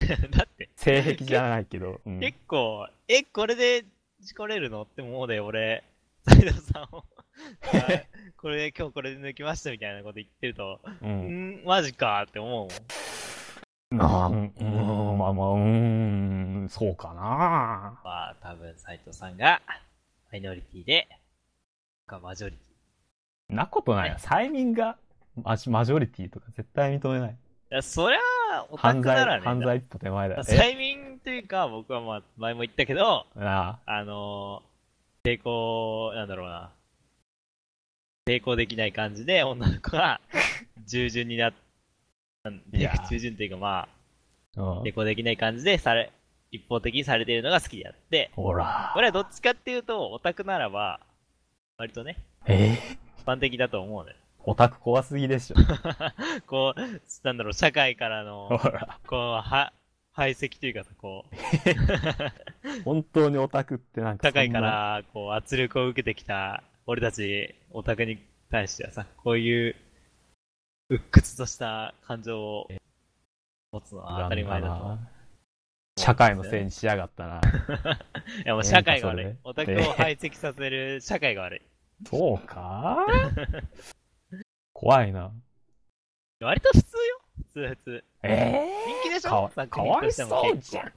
S2: 直。 だって、
S1: 性癖じゃないけど。うん、
S2: 結構、え、これで、事故れるのってもうで、俺、 斉藤さんを、 あこれ、今日これで抜きましたみたいなこと言ってると、
S1: う。
S2: うんん、マジかって思うもん。
S1: なあうん、うんまあまあ、うーん、そうかな。
S2: まあ、多分斉藤さんが、マイノリティで、僕はマジョリティ。
S1: なことないよ。催眠がマジマジョリティとか絶対認めない。
S2: いやそりゃはオタ
S1: 犯
S2: ク
S1: 罪
S2: なら、ね、
S1: 犯罪一歩手前だ
S2: だ
S1: よ。
S2: から
S1: え
S2: 催眠というか、僕はまあ、前も言ったけど、
S1: な
S2: あのー、抵抗、なんだろうな。抵抗できない感じで、女の子が、従順になっ、なん
S1: いやー
S2: 従順っていうかま
S1: あ。
S2: あ、
S1: うん
S2: 抵。抗できない感じで、され、一方的にされているのが好きであって、
S1: ほら。
S2: 俺はどっちかっていうと、オタクならば、割とね、
S1: えー
S2: 一般的だと思うね。
S1: オタク怖すぎでしょ。
S2: こう、なんだろう、社会からの
S1: ほ、ら。
S2: こう、は、排斥というかさ、こう、
S1: 本当にオタクってなんか
S2: 社
S1: そんな。
S2: 会から、こう、圧力を受けてきた、俺たち、オタクに対してはさ、こういう、鬱屈とした感情を持つのは当たり前だと思う。
S1: 社会のせいにしやがっ たな。
S2: いや、もう社会
S1: え
S2: が
S1: え
S2: 悪い
S1: か。
S2: オタクを排斥させる社会が悪い。
S1: そうか 怖いな。
S2: 割と普通よ。普通、普通。
S1: え
S2: 人気でし
S1: ー、か
S2: ょ
S1: わかわいそうじゃん
S2: い。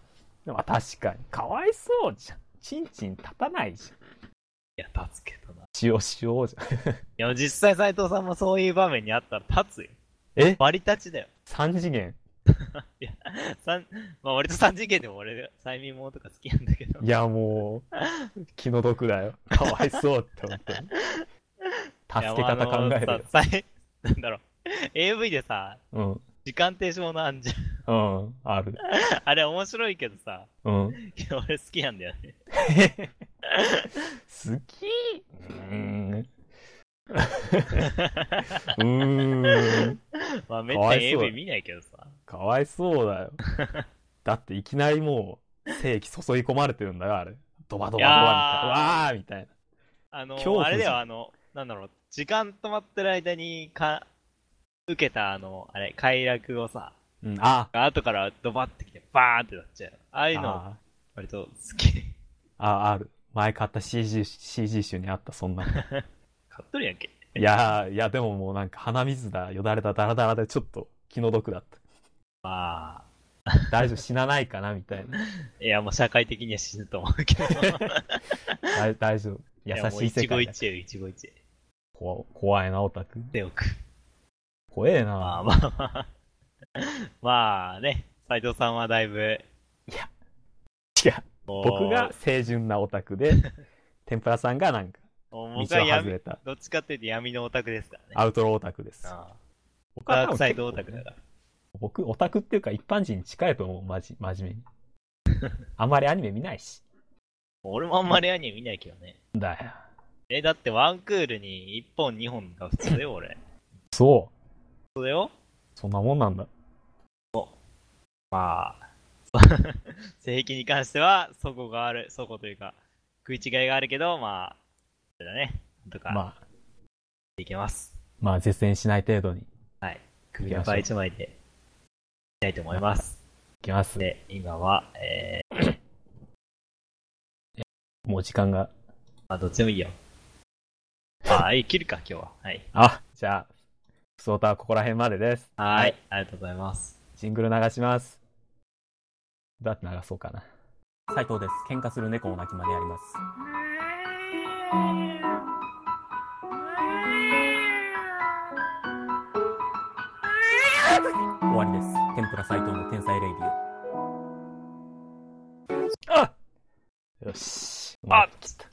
S1: でも確かに。かわいそうじゃん。ちんちん立たないじゃん。
S2: や、立つけどな。い
S1: しようしようじゃん。
S2: や、実際斎藤さんもそういう場面にあったら立つよ。
S1: え
S2: 割り立ちだよ。
S1: 三次元。
S2: 三、まあ割と三次元でも俺、催眠もとか好きなんだけど。
S1: いやもう、気の毒だよ。かわいそうって思って。助け方考える
S2: いや
S1: よ
S2: もう。あのさ さいなんだろう。AV でさ、
S1: うん。
S2: 時間停止ものあんじゃん。
S1: うん。ある。
S2: あれ面白いけどさ、
S1: うん。
S2: いや俺好きなんだよね。
S1: 好きうーん。うーん。
S2: まあめっち
S1: か
S2: ゃ
S1: わいそう
S2: AV 見ないけどさ。
S1: かわいそうだよ。だっていきなりもう、正規注ぎ込まれてるんだよ、あれ。ドバドバドバみたいな。わーみたいな。
S2: あの
S1: 恐、怖
S2: あれだ
S1: じゃ
S2: よ、
S1: ん
S2: あの、なんだろう、時間止まってる間にか、受けたあの、あれ、快楽をさ、
S1: うん、あ
S2: 後からドバってきて、バーンってなっちゃう。ああいうの、
S1: あ
S2: 割と好き。
S1: あ、ある。前買った CG、CG 集にあった、そんなの。
S2: 買っとるやんけ。
S1: いやー、いや、でももうなんか鼻水だ、よだれだ、だらだらで、ちょっと気の毒だっ
S2: まあ、
S1: た。大丈夫、死なないかな、みたいな。
S2: いや、もう社会的には死ぬと思うけど。
S1: 大大丈夫。優
S2: やもう
S1: しい世界
S2: 一
S1: だ
S2: 期一会、一期一会。
S1: こ怖いな、オタク。
S2: 手をく。
S1: 怖え
S2: ま
S1: な。
S2: あまあまあ。まあね、斎藤さんはだいぶ、
S1: 違う。
S2: もう
S1: 僕が、清純なオタク で、天ぷらさんがなんか、
S2: もう
S1: 道を
S2: 僕は
S1: 外
S2: 闇、
S1: れた
S2: どっちかっていうと闇のオタクですからね。
S1: アウトローオタクです。
S2: ああ
S1: 僕
S2: ダ
S1: 多
S2: ーク
S1: 分
S2: サイ
S1: 結
S2: ド
S1: 構
S2: オタクだから。
S1: 僕、オタクっていうか一般人に近いと思う、まじ、真 面目に。あんまりアニメ見ないし。
S2: 俺もあんまりアニメ見ないけどね。
S1: だよ。
S2: え、だってワンクールに1本2本が普通だよ、俺。
S1: そう。
S2: そうだよ。
S1: そんなもんなんだ。
S2: ま あ、性癖に関しては、そこがある、そこというか、食い違いがあるけど、まあ、それだね。なんとか、
S1: まあ、
S2: いけます。
S1: まあ、絶縁しない程度に。
S2: はい。
S1: 首
S2: 首の
S1: い
S2: 一枚で、いきたいと思います。
S1: きます。
S2: で、今は、えー、
S1: もう時間が。
S2: まあ、どっちでもい いよ。あ、いい、切るか、今日は。はい。
S1: あ、じゃあ、クソオタはここら辺までです。
S2: はいい。ありがとうございます。
S1: ジングル流します。だって流そうかな。斉藤です。喧嘩する猫の鳴き真似やります。終わりです。天ぷら斉藤の天才レイディオ。あよし。
S2: あ
S1: ちょっと。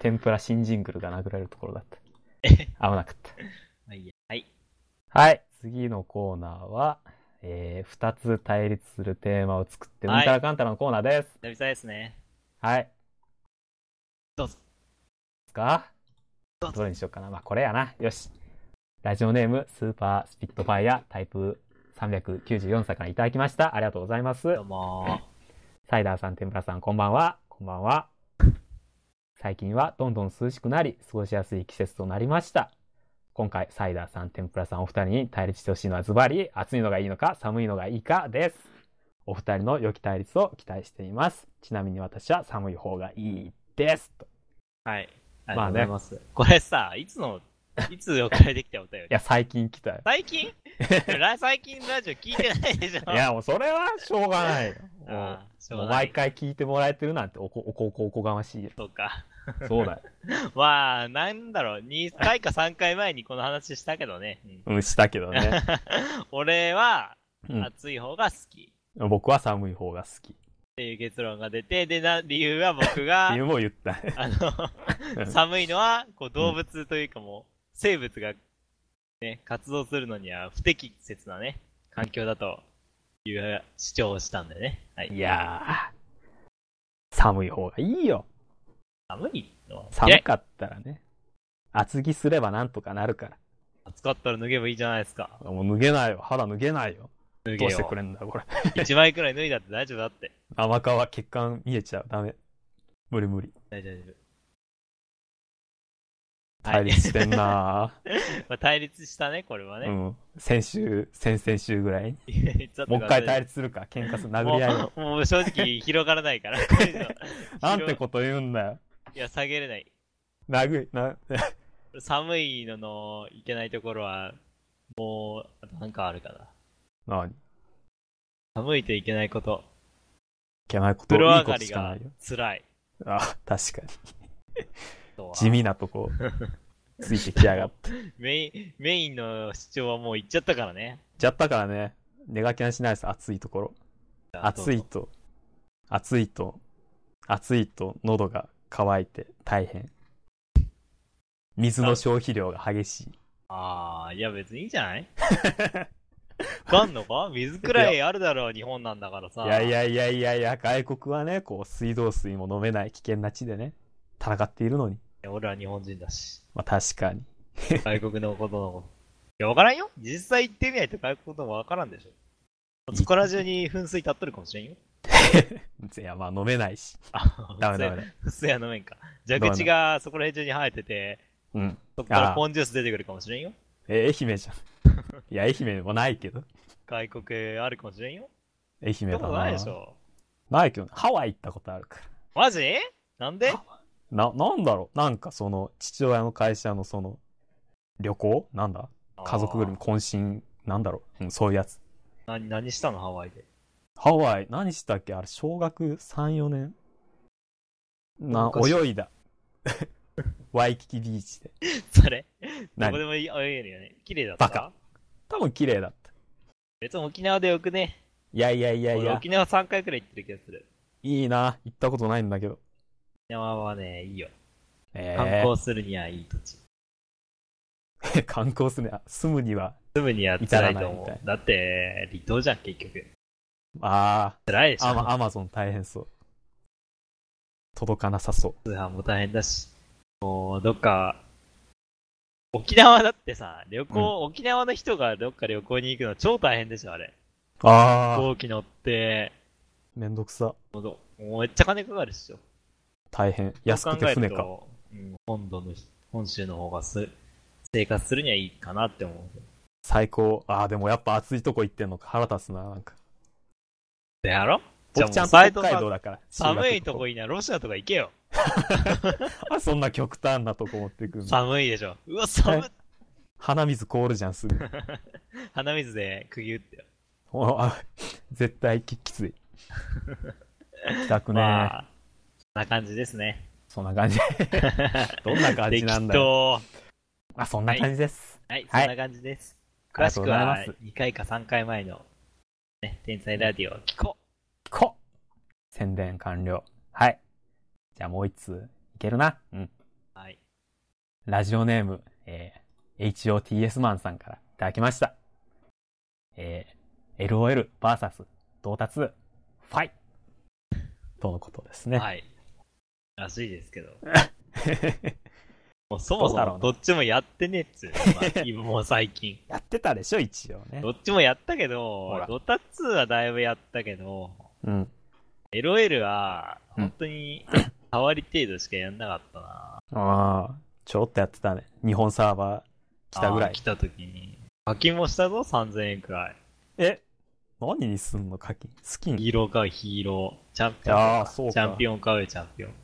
S1: 天ぷら新ジングルが殴られるところだった。危なかった。
S2: まあいいやはい。
S1: はい。次のコーナーは、えー、二つ対立するテーマを作って、うん
S2: はい
S1: たらかんたらのコーナーです。
S2: 久々ですね。
S1: はい。
S2: どうぞ。
S1: ですか
S2: どうぞ
S1: れにしようかな。まあ、これやな。よし。ラジオネーム、スーパースピットファイヤー、タイプ394さんからいただきました。ありがとうございます。
S2: どうも
S1: サイダーさん、天ぷらさん、こんばんは。こんばんは。最近はどんどん涼しくなり、過ごしやすい季節となりました。今回、サイダーさん、天ぷらさんお二人に対立してほしいのはズバリ、暑いのがいいのか、寒いのがいいかです。お二人の良き対立を期待しています。ちなみに私は寒い方がいいです。と
S2: ー。はい。あり
S1: ま
S2: が
S1: あ
S2: とうご
S1: ね
S2: ざいます。これさ、いつ の、いつ送られてきたお便
S1: い
S2: り
S1: や、最近来たよ。
S2: 最 近ら最近ラジオ聞いてないでしょ
S1: いや、もうそれはしょうがないよ。も
S2: あーし
S1: う
S2: ょ
S1: も
S2: う
S1: う
S2: がな
S1: 毎
S2: い。
S1: 回聞いてもらえてるなんておこ、おこ、おこ、おこがましいよ。
S2: そうか。
S1: そうだよ。
S2: まあ、なんだろう、2回か3回前にこの話したけどね。
S1: うん、したけどね。
S2: 俺は、
S1: うん
S2: 暑い方が好き。
S1: 僕は寒い方が好き。っ
S2: っていう結論が出て、で、な、 理由は僕
S1: て
S2: が
S1: い、うのも言った。
S2: あの、寒いのは、こう動物というかもう、生物が、ね、活動するのには不適切なね、環境だと、いう主張をしたんだよね。はい。
S1: いやー、寒い方がいいよ。
S2: 寒いのは嫌
S1: 寒
S2: い
S1: かったらね。厚着すればなんとかなるか
S2: 暑かったら脱げばいいじゃないですか。
S1: ら。もう脱げないよ。肌脱げないよ。
S2: 脱げ
S1: どうして
S2: よ
S1: く。れんだ、これ。
S2: 一枚くらい脱いだって大丈夫だって。
S1: 甘皮、血管見えちゃう。ダメ。無理無理。
S2: 大丈夫。
S1: 対立してんな
S2: まあ、対立したね、これは
S1: ー、う
S2: ね。
S1: ん。先週、先々週ぐらいに。
S2: 言っちゃった
S1: もう
S2: か
S1: 一
S2: ら
S1: 回対立するか。喧嘩する。殴り 合いを。
S2: もうもう正直広がらない から。
S1: なんてこと言うんだよ。
S2: といや、下げれない。
S1: 殴り、な、
S2: 寒いののいけないところは、もう、あとなんかあるかな。
S1: なにい
S2: 寒いといけないこと。
S1: けないこと、い
S2: 風
S1: い
S2: 呂上
S1: こ
S2: が
S1: と
S2: り
S1: しかな
S2: が
S1: いよ。
S2: 辛い
S1: あ、確かに。
S2: とは。
S1: 地味なと こ、ついてきやがって。
S2: メイン、メインの主張はもう行っちゃったからね。
S1: じゃったからね、寝がけはしないです、暑いところ。暑い。と、暑いと、暑いと喉が渇いて大変。水の消費量が激しい。
S2: ああ、いや別にいいんじゃないかんのか水くらいあるだろう、日本なんだから
S1: い
S2: さ。
S1: やいやいやいやいや、外国はね、こう、水道水も飲めない危険な地でね、戦っているのに。
S2: 俺は日本人だし。
S1: まあ確かに。
S2: 外国のことのこと。いや、わからんよ。実際行ってみないと外国のことわからんでしょ。そこら中に噴水立っとるかもしれんよ。
S1: いや、まあ飲めないし。
S2: あ
S1: ダメダメだ。
S2: 普通やの面か。蛇口がそこら辺中に生えてて、
S1: うん。
S2: そこからポンジュース出てくるかもしれんよ。
S1: え、愛媛じゃ ん。いや、愛媛もないけど。
S2: 外国あるかもしれんよ。
S1: 愛媛
S2: ど
S1: だ
S2: こないでしょ。
S1: ないけど、ハワイ行ったことあるから。
S2: マジなんで
S1: な、なんだろうなんかその、父親の会社のその、旅行なんだ家族ぐるみ
S2: あー
S1: 渾身、なんだろう、うん、そういうやつ。
S2: 何、何したのハワイで。
S1: ハワイ、何したっけあれ、小学3、4年な、
S2: 昔
S1: 泳いだ。 ワイキキビーチで。
S2: それ、どこ
S1: 何
S2: でも泳げるよね。綺麗だった。
S1: バカ。多分綺麗だった。
S2: 別に沖縄でよくね。
S1: いやいやいやい
S2: 俺
S1: や、
S2: 沖縄3回くらい行ってる気がする。
S1: いいな。行ったことないんだけど。
S2: 沖縄はね、いいよ。
S1: え
S2: 観
S1: ー
S2: 光するにはいい土地。
S1: 観光するね。住むには、
S2: 住むには辛いと
S1: 至らないみた
S2: 思。
S1: いう
S2: だって、離島じゃん、結局。
S1: あ
S2: 辛いでし
S1: ー、アマ
S2: ょ。
S1: アマゾン大変そう。届かなさそう。
S2: 通販も大変だし。もう、どっか、沖縄だってさ、旅行、沖縄の人がどっか旅行に行くの超大変でしょ、あれ。飛
S1: あ
S2: 行機乗って、
S1: ー、めんどくさ。
S2: もうどもうめっちゃ金かかるっしょ。
S1: 大変。安くて船か。
S2: そう考えると。うん、本土の、本州の方がす、生活するにはいいかなって思う。
S1: 最高。ああ、でもやっぱ暑いとこ行ってんのか。腹立つな、なんか。
S2: でやろ
S1: 僕ちゃんと
S2: 斎
S1: 北
S2: 藤
S1: 海
S2: さ
S1: 道
S2: ん、
S1: だから。
S2: 寒いとこ
S1: 行
S2: いいな、ロシアとか行けよ。
S1: っそんな極端なとこ持ってくんの。
S2: 寒いでしょ。うわ、寒。
S1: はい鼻水凍るじゃん、すぐ。
S2: 鼻水で釘打ってよ。
S1: おあ絶対ききつい。行きたくねえ、
S2: まあ、そんな感じですね。
S1: そんな 感じ。どんな感じなんだよ。
S2: よ。
S1: まあ、そんな感じです。
S2: はい、
S1: はい
S2: そんな感じです。
S1: あり
S2: 詳
S1: が
S2: し
S1: とう
S2: く
S1: ございま
S2: は
S1: す。
S2: 2回か3回前の、ね、天才ラディオを聞こ
S1: こ宣伝完了。はい。じゃあもう一通いけるな。うん。
S2: う。はい。
S1: ラジオネーム、えー HOTS マンさんからいただきました。えー LOL vs 到達ファイとのことですね。
S2: はい。らしいですけど。もうそも
S1: ど
S2: そ
S1: うだろう
S2: も
S1: な
S2: どっちもやってねえっつうのまあ今もう最近。
S1: やってたでしょ、一応ね
S2: ど。っちもやったけ
S1: ほ
S2: ど
S1: ら、
S2: ドタ2はだいぶやったけど、
S1: うん。
S2: LOL は、
S1: うん
S2: 本当に、変わり程度しかやんなかったな。
S1: ああ、ちょっとやってたね。日本サーバー来たぐら
S2: あー
S1: い
S2: 来。た時に。課金もしたぞ、3000円くらい。
S1: え何にすんの課金スキン
S2: ヒーロー買うヒーロー。チャンピオン
S1: あ
S2: 買
S1: あ、そう
S2: う。チャ
S1: か
S2: ン。ピオン買うよ、チャンピオン。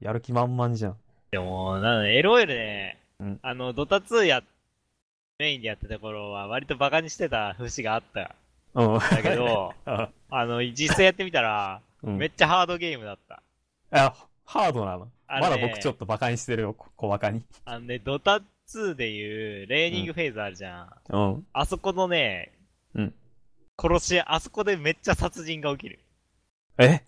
S1: やる気満々じゃん。
S2: でも、なので、LOL ね、
S1: うん
S2: あの、ドタ2や、メインでやってた頃は、割とバカにしてた節があったん
S1: うん。
S2: だ けど、
S1: あ
S2: あの、実際やってみたら、
S1: うん
S2: めっちゃハードゲームだった。
S1: あ、ハードなの。
S2: あ
S1: ま
S2: れ
S1: だ
S2: ね
S1: 僕ちょっとバカにしてるよ、こ小バカに。
S2: あのね、ドタ2でいう、レーニングフェーズあるじゃん。
S1: うん。
S2: あそこのね、
S1: うん
S2: 殺し屋、あそこでめっちゃ殺人が起きる。
S1: え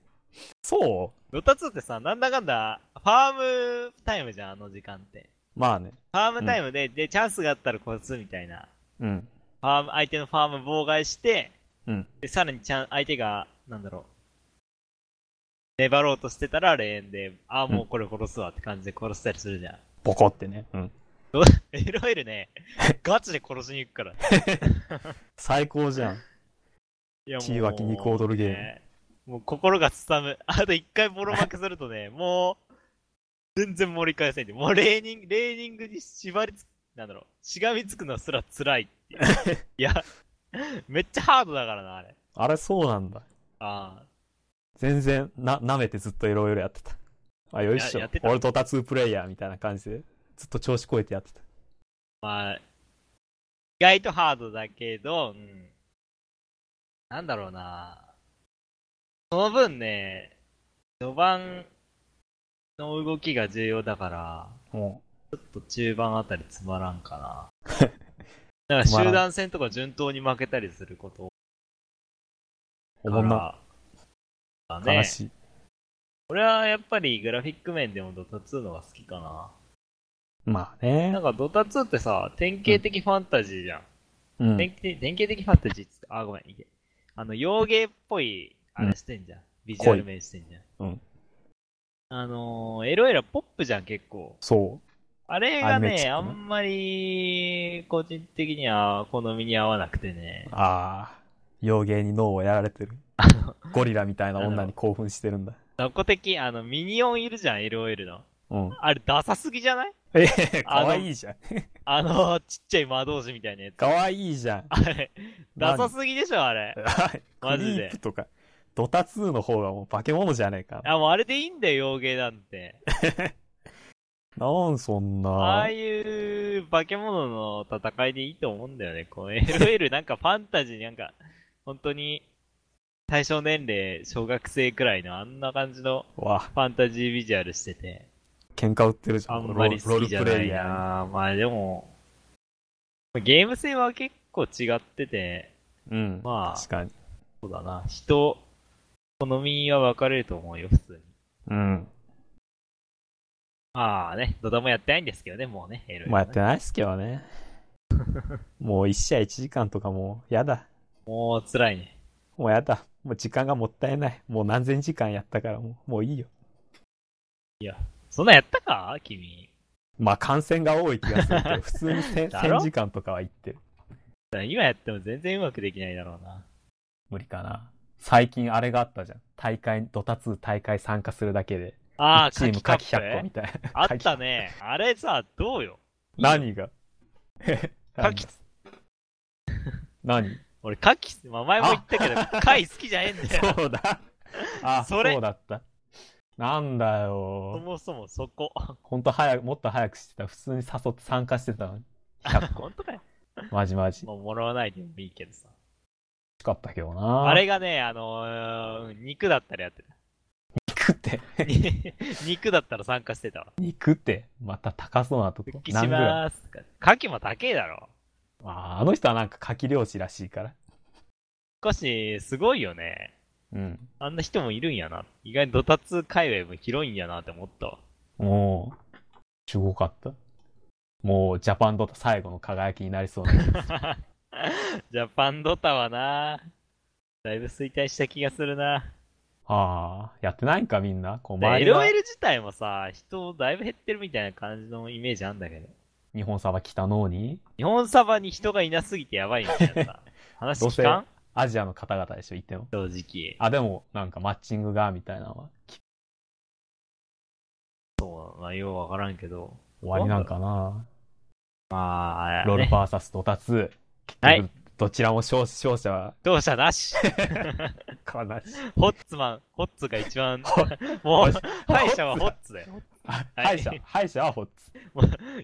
S1: そ
S2: ドタツーってさ、なんだかんだ、ファームタイムじゃん、あの時間って。
S1: うまあね。
S2: ファームタイムで、で、チャンスがあったら殺すみたいな。
S1: うん。
S2: ファーム、相手のファーム妨害して、
S1: うん。
S2: で、さらにちゃん、相手が、なんだろう。粘ろうとしてたら、レーンで、ああ、もうこれ殺すわって感じで殺したりするじゃん。
S1: ボコってね。うん。
S2: いろい ろね、ガチで殺しに行くから。
S1: 最高じゃん。
S2: いやもう
S1: 血湧き肉踊るゲーム
S2: ねもう心がすさむ。 あと一回ボロ負けするとね、もう、全然盛り返せんで、もうレーニング、レーニングに縛りつ、なんだろう、しがみつくのすら辛いっていう。 いや、めっちゃハードだからな、あれ。
S1: あれそうなんだ。
S2: あ
S1: 全然、な、舐めてずっといろいろやってた。あ、よいし
S2: や
S1: ょ
S2: やって。た
S1: 俺とタツープレイヤーみたいな感じで、ずっと調子こいてやってた。
S2: あ、まあ、意外とハードだけど、うん。なんだろうな。その分ね、序盤の動きが重要だから、
S1: も
S2: ちょっと中盤あたりつまらんか な。なんか集団戦とか順当に負けたりすること
S1: う、お
S2: か
S1: もんな。
S2: ら、だ
S1: 悲
S2: ね。
S1: しい。
S2: 俺はやっぱりグラフィック面でもドタ2のが好きかな。
S1: まあね
S2: なん。かドタ2ってさ、典型的ファンタジーじゃん。
S1: うん。
S2: 典型典型的ファンタジーっつって、あ、ごめん、いけ。あの、洋芸っぽい、あれしてんじゃん。ビジュアル面してんじゃん。
S1: うん。
S2: あのー、エロエラポップじゃん、結構。
S1: そ
S2: あれが
S1: アニメチック
S2: ね、
S1: ね
S2: あんまり、個人的には好みに合わなくてね
S1: う。。ああ。幼芸に脳をやられて る。ゴリラみたいな女に興奮してるんだ。
S2: 雑魚的、あの、ミニオンいるじゃん、LOL の。
S1: うん。
S2: あれ、ダサすぎじゃない
S1: えか
S2: あの
S1: わいいじゃん。
S2: あの、ちっちゃい魔導士みたいなやつ。
S1: かわいいじゃん。
S2: あれ、ダサすぎでしょ、あれ。
S1: はい。
S2: マ
S1: ク
S2: ジ
S1: リ
S2: で
S1: ープとか、ドタ2の方がもう化け物じゃねえか。
S2: あ、もうあれでいいんだよ、洋芸なんて。
S1: なんそん
S2: あ
S1: な
S2: あ。いう化け物の戦いでいいと思うんだよね。こう、LOL なんかファンタジーなんか、本当に、対象年齢、小学生くらいのあんな感じの
S1: わ、
S2: ファンタジービジュアルしてて。
S1: 喧嘩売ってるじゃ
S2: あ
S1: ん。
S2: んまり好きじゃな
S1: ロールプレ
S2: い
S1: イヤー
S2: なまあでも、ゲーム性は結構違ってて、
S1: に。うん。
S2: まあ
S1: 確かに。
S2: そうだな、人、好みは分かれると思うよ、普通に。
S1: うん。
S2: まあね、ドダもやってないんですけどね、もうね、エロい
S1: まあやってないっすけど ね。もう一試合一時間とかもうやだ。
S2: もう辛いね。
S1: もうやだ。もう時間がもったいない。もう何千時間やったからもう、もういいよ。
S2: そんなんやったか君。
S1: まあ感染が多い気がするけ ど、普通に千
S2: だろ
S1: 1000時間とかは行ってる。
S2: 今やっても全然うまくできないだろうな。
S1: 無理かな。最近あれがあったじゃん。大会、ドタ2大会参加するだけで。
S2: ああ、
S1: チーム
S2: カ
S1: カ
S2: キ
S1: キ
S2: カ
S1: 100
S2: ッ
S1: 個
S2: プ
S1: みたいな。
S2: あったね。あれさ、どうよ。
S1: 何 が
S2: カキ
S1: 何
S2: 俺、カキ、まあ前も言ったけど、カイ好きじゃねえんだよ。
S1: そうだ。あ、
S2: それ
S1: そうだった。なんだ
S2: そ
S1: よ。
S2: もそもそこ。
S1: ほんと早く、もっと早くしてた。普通に誘って参加してたのに。100個。
S2: 本当かよ。
S1: マジマジ。欲
S2: もうもらわないでもいいけどさ。
S1: しかったけどな。
S2: あれがね、あのー肉だったらやってた。
S1: 肉って。
S2: 肉だったら参加してたわ。
S1: 肉って。また高そうなとこ
S2: 復。帰し
S1: 何ぐらい
S2: まーす。カキも高えだろ。
S1: あーあの人はなんかカキ漁師らしいから。
S2: 少し、すごいよね。
S1: うん。
S2: あんな人もいるんやな。意外にドタツ界隈も広いんやなって思ったわ。
S1: もう、すごかった。もう、ジャパンドタ最後の輝きになり そうな。
S2: ジャパンドタはな、だいぶ衰退した気がするな。
S1: ああ、やってないんかみんな。こう、
S2: で
S1: 周りが
S2: LOL 自体もさ、人だいぶ減ってるみたいな感じのイメージあんだけど。
S1: 日本サバ来たのに、
S2: 日本サバに人がいなすぎてやばいみたいな さ。話聞かん
S1: アジアの方々でしょ、行っても。
S2: 正直。
S1: あ、でも、なんかマッチングが、みたいなのは、き
S2: そう、まあ、ようわからんけど。
S1: 終わりなんかな。
S2: まあ、
S1: ロール
S2: ね、
S1: バーサスドタツ。
S2: はい
S1: 結局。どちらも勝勝者は、
S2: 同社な し。
S1: かなし。
S2: ホッツマン、ホッツが一番、 もう、敗者はホッツだよ。
S1: 敗者、敗者はホッツ。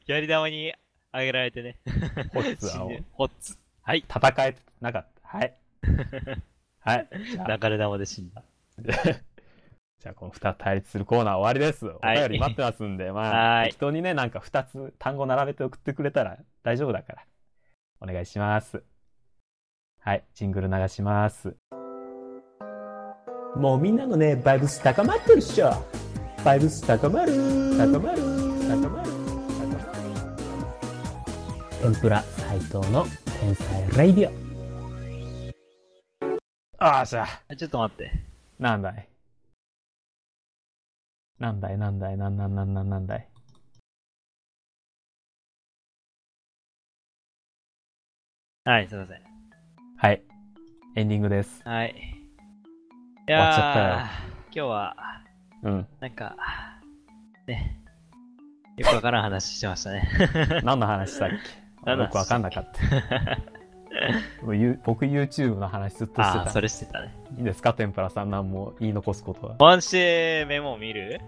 S2: やり玉にあげられてね。
S1: ホッツ
S2: 死
S1: は、
S2: ぬホッツ。はい。
S1: 戦えてなかった。はい。はい。じゃあ
S2: 流れ玉で死んだ。
S1: じゃあ、この2つ対立するコーナー終わりです。お
S2: い
S1: 便り待ってますんで、ま
S2: は
S1: あ、
S2: い
S1: 適当にね、なんか2つ単語並べて送ってくれたら大丈夫だから、お願いします。はい、ジングル流します。もうみんなのね、バイブス高まってるっしょ。バイブス高まる高まる高まる天ぷら斎藤の天才レイディオ。ああ、しゃ。
S2: あちょっと待って。
S1: なんだいなんだいなんだいなんなんなんなんなんだい
S2: はい、すいません。
S1: はい。エンディングです。
S2: はい。い
S1: 終わっちゃ
S2: やー、今日は、
S1: うん。
S2: なんか、ね、よくわからん話してましたね。
S1: 何の話したっけ
S2: 何の話
S1: よくわかんなかった。もうゆ僕 YouTube の話ずっと
S2: あ
S1: して
S2: あ、そ
S1: た。
S2: れしてたね。
S1: いいですか天ぷらさん何も言い残すことは。
S2: 今週メモ見る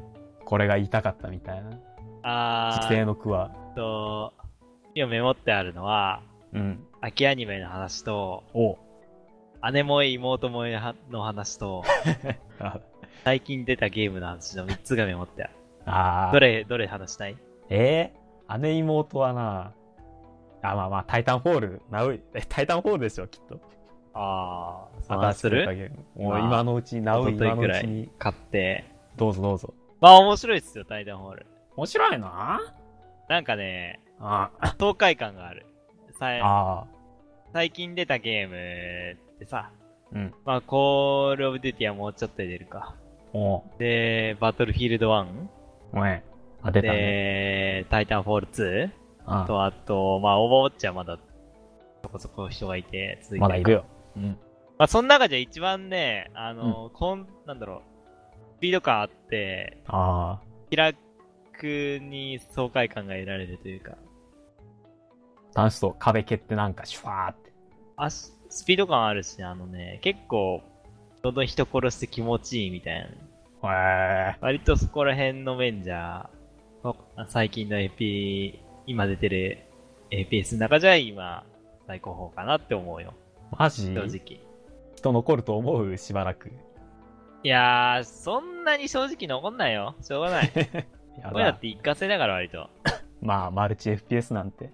S1: これが言いたかったみたいな。
S2: あ
S1: 規
S2: ー、え
S1: 制の句は。
S2: っと、今メモってあるのは、
S1: うん。
S2: 秋アニメの話と、
S1: お
S2: 姉も妹もの話と、
S1: あ
S2: 最近出たゲームの話の3つがメモってある。
S1: あー。
S2: どれ、どれ話したい
S1: えー、姉妹はな、あ、まあまあ、タイタンフォール、ナウイ、え、タイタンフォールでしょ、きっと。
S2: ああ、
S1: 新
S2: 話
S1: し
S2: す
S1: く出た
S2: る
S1: ゲームもう
S2: まあ
S1: 今のうち、ナウイ
S2: 一昨
S1: 今
S2: 日
S1: の
S2: く
S1: う
S2: ら
S1: ち
S2: い
S1: に、
S2: 買って。
S1: どうぞどうぞ。
S2: まあ面白いっすよ、タイタンホール。
S1: 面白いな
S2: なんかね、
S1: あ
S2: 爽快感がある。さい
S1: あ
S2: 最近出たゲームってさ、
S1: ー。うん。
S2: まあ、コールオブデューティはもうちょっとで出るか。
S1: おう。
S2: で、バトルフィールド1、
S1: ごめん。あ、出たね。
S2: で、タイタンフォール2、
S1: あ
S2: と、あと、まあ、オーバーウォッチはまだ、そこそこ人がいて、続いてる
S1: まだいるよ。うん。
S2: まあ、その中じゃ一番ね、あの、こん、なんだろう、スピード感あって、
S1: あ
S2: 気楽に爽快感が得られるというか、
S1: あ。楽しそう。壁蹴ってなんか、シュワーって。
S2: あしスピード感あるし、あのね、結構、どんどん人殺して気持ちいいみたいな。
S1: へえ。
S2: 割とそこら辺の面じゃ、こ最近の AP、今出てる APS の中じゃ今、最高峰かなって思うよ。
S1: マジ
S2: 正直。
S1: 人残ると思うしばらく。
S2: いやー、そんなに正直残んないよ。しょうがない。
S1: や
S2: 俺だ
S1: だ
S2: っ。て一過性だから割と。
S1: まあ、マルチ FPS なんて。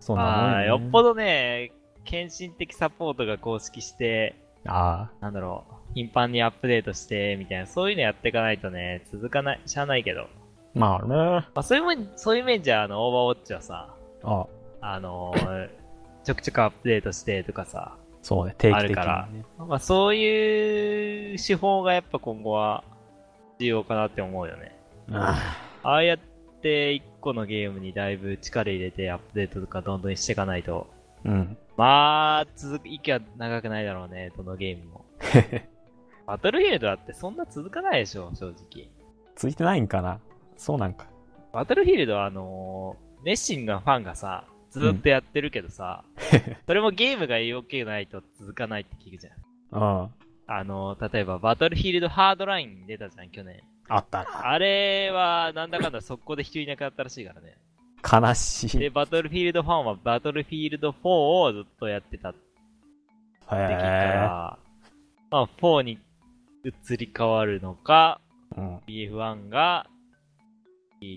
S1: そんなもん
S2: あー
S1: ね
S2: よっぽどね、献身的サポートが公式して、
S1: あ
S2: なんだろう、頻繁にアップデートして、みたいな、そういうのやっていかないとね、続かない、しゃあないけど。
S1: あ。まあね。
S2: まあ、そういう面、そういう面じゃ、あの、オーバーウォッチはさ、
S1: あ
S2: あのーちょくちょくアップデートしてとかさ、
S1: そうね。定期
S2: ある
S1: 的
S2: から
S1: にね。
S2: まあ、そういう手法がやっぱ今後は重要かなって思うよね。
S1: あ
S2: ああやって一個のゲームにだいぶ力入れてアップデートとかどんどんしていかないと、
S1: あうん。
S2: まあ、続く、息は長くないだろうね、どのゲームも。バトルフィールドだってそんな続かないでしょ、正直。
S1: ついてないんかなそうなんか。
S2: バトルフィールドはあのー熱心なファンがさ、ずっとやってるけどさ、それもゲームが良くないと続かないって聞くじゃん。
S1: うん。
S2: あのー例えばバトルフィールドハードラインに出たじゃん、去年。
S1: あったら。
S2: あれは、なんだかんだ速攻で人いなくなったらしいからね。
S1: 悲しい。
S2: で、バトルフィールドファンはバトルフィールド4をずっとやってたって
S1: へ
S2: 聞いた
S1: え。
S2: ら、まあ4に移り変わるのか、
S1: うん。
S2: BF1 が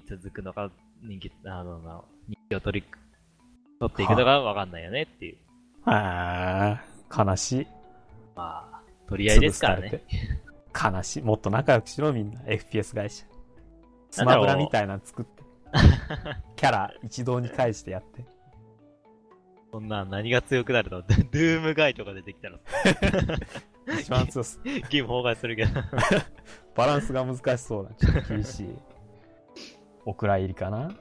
S2: 続くのか、人気、あの、な人気を取り、取っていくのかわかんないよねっていう。
S1: へえ。悲しい。
S2: まあ、取り合いですから
S1: 潰さ
S2: ね。
S1: れて悲しい。もっと仲良くしろ、みんな。FPS 会社。ス
S2: なんだ
S1: マ
S2: ろう
S1: ブラみたいなの作 って。キャラ一堂に返してやって。
S2: そんなん何が強くなるの ドゥームガイとか出てきたら、
S1: 一番強す。
S2: ゲーム崩壊するけど。
S1: バランスが難しそうな。ちょっと厳しい。お蔵入りかな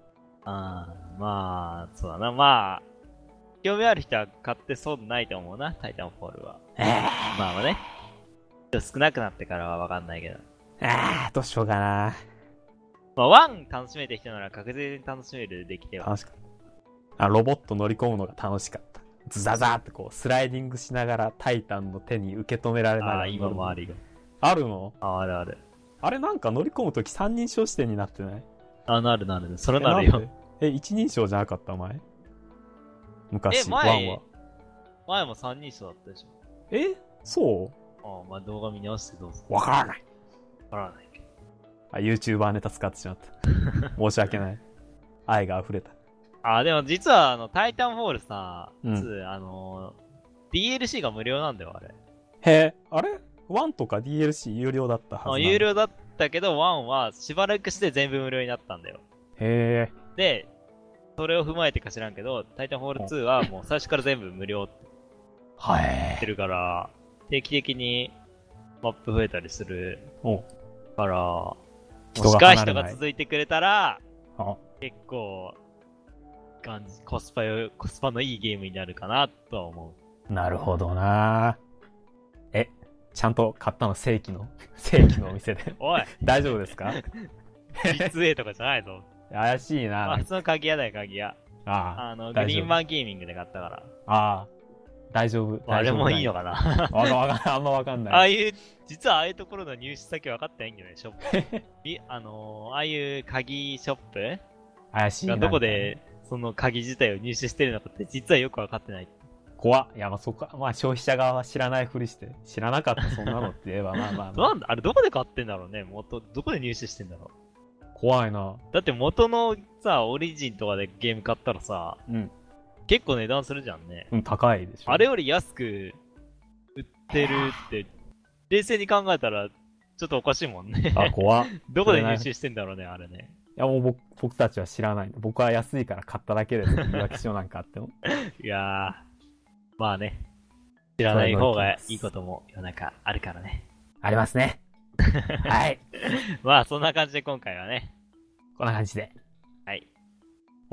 S2: あーまあ、そうだな。まあ、興味ある人は買って損ないと思うな、タイタンフォールは。まあまあね。ちょっと少なくなってからはわかんないけど。
S1: ああ、どうしようかな。
S2: まあ、ワン楽しめてきたなら確実に楽しめるできては。
S1: 楽しかった。あ、ロボット乗り込むのが楽しかった。ズザザーってこう、スライディングしながらタイタンの手に受け止められなが
S2: あ
S1: ら
S2: あ、
S1: 乗る。
S2: 今もあるよ。
S1: あるの
S2: あ、あるある。
S1: あれなんか乗り込むとき三人称視点になってない
S2: あ、なるなる。それ
S1: え
S2: なるよ。
S1: んでえ、一人称じゃなかったお前昔、
S2: え
S1: ワ
S2: 前
S1: ンは。
S2: 前も三人称だったでし
S1: えそう
S2: ょ。ああ、まあ動画見直してどうぞ。
S1: わからない。
S2: わからないけど。
S1: あ、YouTuber ネタ使ってしま った。申し訳ない。愛が溢れた。
S2: ああ、でも実はあの、タイタンフォールさ、
S1: うん
S2: 2、あのー DLC が無料なんだよ、あれ。
S1: へえ、あれ ?1 とか DLC 有料だったはずなの
S2: あ有料だったけど、1はしばらくして全部無料になったんだよ。
S1: へえ、
S2: で、それを踏まえてか知らんけど、タイタンホール2はもう最初から全部無料って
S1: はい
S2: 言ってるから、定期的にマップ増えたりする
S1: お
S2: から、もう
S1: 人が
S2: 近い
S1: 離れ
S2: 人
S1: な
S2: が
S1: い。
S2: 続いてくれたら、
S1: あ
S2: 結構、ガンコスパよ、コスパのいいゲームになるかなとは思
S1: なるほどなえ、ちゃんと買ったの正規の正規のお店で
S2: う。。おい
S1: 大丈夫ですか
S2: 実 a とかじ ゃないぞ。
S1: 怪しい
S2: あ、
S1: な
S2: 普通の鍵屋だよ、鍵屋。
S1: あ
S2: あの、グ
S1: 大丈夫
S2: リーンマンゲーミングで買ったから。
S1: あ、ああ、大丈夫。
S2: あ
S1: 大
S2: れ
S1: 丈夫
S2: もいいのかな。
S1: わかわかあんまわかん
S2: あ
S1: な
S2: あ
S1: い。
S2: いう、実はああいうところの入手先分かってないんじゃないショップ。 みあのーああいう鍵ショッ
S1: 怪しい
S2: プ
S1: な
S2: がどこで、その鍵自体を入手してるのかって実はよく分かってない。
S1: 怖っいや、まあ、そこは、まあ、消費者側は知らないふりして、知らなか った、そんなのって言えば、まあまあ、ま
S2: なんだ、あれどこで買ってんだろうね元、どこで入手してんだろ
S1: あ、怖いな。
S2: う。だって元のさ、オリジンとかでゲーム買ったらさ、
S1: うん、
S2: 結構値段するじゃんね。
S1: うん、高いでしょ。
S2: あれより安く売ってるって、冷静に考えたら、ちょっとおかしいもんね。
S1: あ、怖っい
S2: どこで入手してんだろうね、あれね。
S1: や、もう僕、僕たちは知らない。僕は安いから買っただけです。言い訳しようなんかあっても。
S2: いやー、まあね。知らない方がいいことも世の中あるからね。
S1: ありますね。はい。
S2: まあそんな感じで今回はね、
S1: こんな感じで。
S2: はい。
S1: 終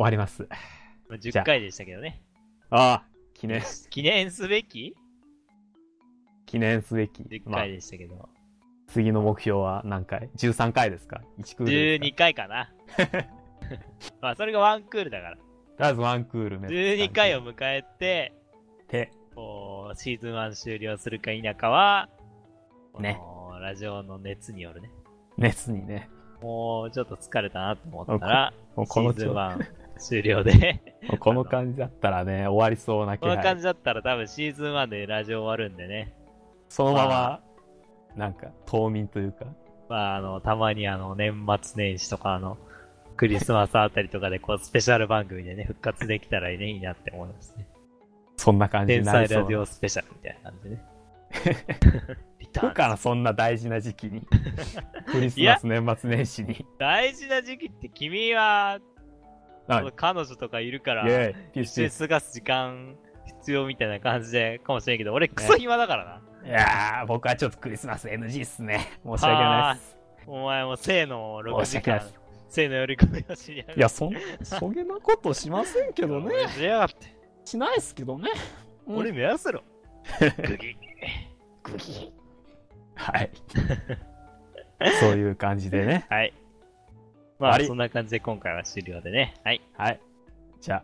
S1: わります。
S2: まあ
S1: じゃ
S2: 10
S1: あ
S2: 回でしたけどね。
S1: ああ、記念、
S2: 記念すべき
S1: 記念すべき。
S2: ?10
S1: まあ
S2: 回、でしたけど。
S1: 次の目標は何回 ?13 回ですか ?1 クールですか。
S2: 12回かな。 まあそれがワンクールだから。
S1: とりあえずワンクール目。
S2: 12回を迎えて、
S1: て、
S2: こう、シーズン1終了するか否かは、
S1: ね
S2: このラジオの熱によるね。
S1: 熱にね。
S2: もうちょっと疲れたなと思ったら、
S1: もう
S2: シ
S1: この
S2: ーズン1終了で。
S1: もうこの感じだったらね、終わりそうな気
S2: この感
S1: 配。
S2: じだったら多分シーズン1でラジオ終わるんでね。
S1: そのま
S2: ま
S1: ま、なんか、冬眠というか。
S2: まあ、あの、たまにあの、年末年始とかあの、クリスマスあたりとかでこう、スペシャル番組でね、復活できたらいいね、いいなって思いますね。
S1: そんな感じ
S2: 天
S1: にな
S2: 才
S1: りそ
S2: ラ
S1: う
S2: ジ
S1: な。
S2: オスペシャルみたいな感じでね。リタ
S1: 行く
S2: ーン。
S1: かな、 そんな大事な時期に。クリスマス、年末年始に。
S2: 大事な時期って君は、
S1: あ
S2: その彼女とかいるか
S1: イ
S2: ら、
S1: ェイ、ピュッ
S2: 一
S1: シ
S2: 緒
S1: ュ
S2: に過ごす時間必要みたいな感じで、かもしれんけど、俺クソ暇だからな。
S1: いやー、僕はちょっとクリスマス NG っすね。申し訳ないです。
S2: お前も生の
S1: 申
S2: 6
S1: し訳
S2: 時
S1: ない
S2: 間
S1: です、
S2: 生のり込みを知り合
S1: いや、そん、そげなことしませんけどね。
S2: 知りやがって。
S1: しないっすけどね。うん
S2: 俺目指せ ろ。グギ。
S1: グギ はい。そういう感じでね。
S2: はい。ま
S1: 終
S2: あ、
S1: わり
S2: そんな感じで今回は終了でね。はい。
S1: はい。じゃあ、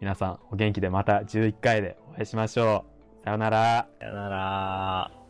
S1: 皆さんお元気でまた11回でお会いしましょう。さよなら。
S2: さよなら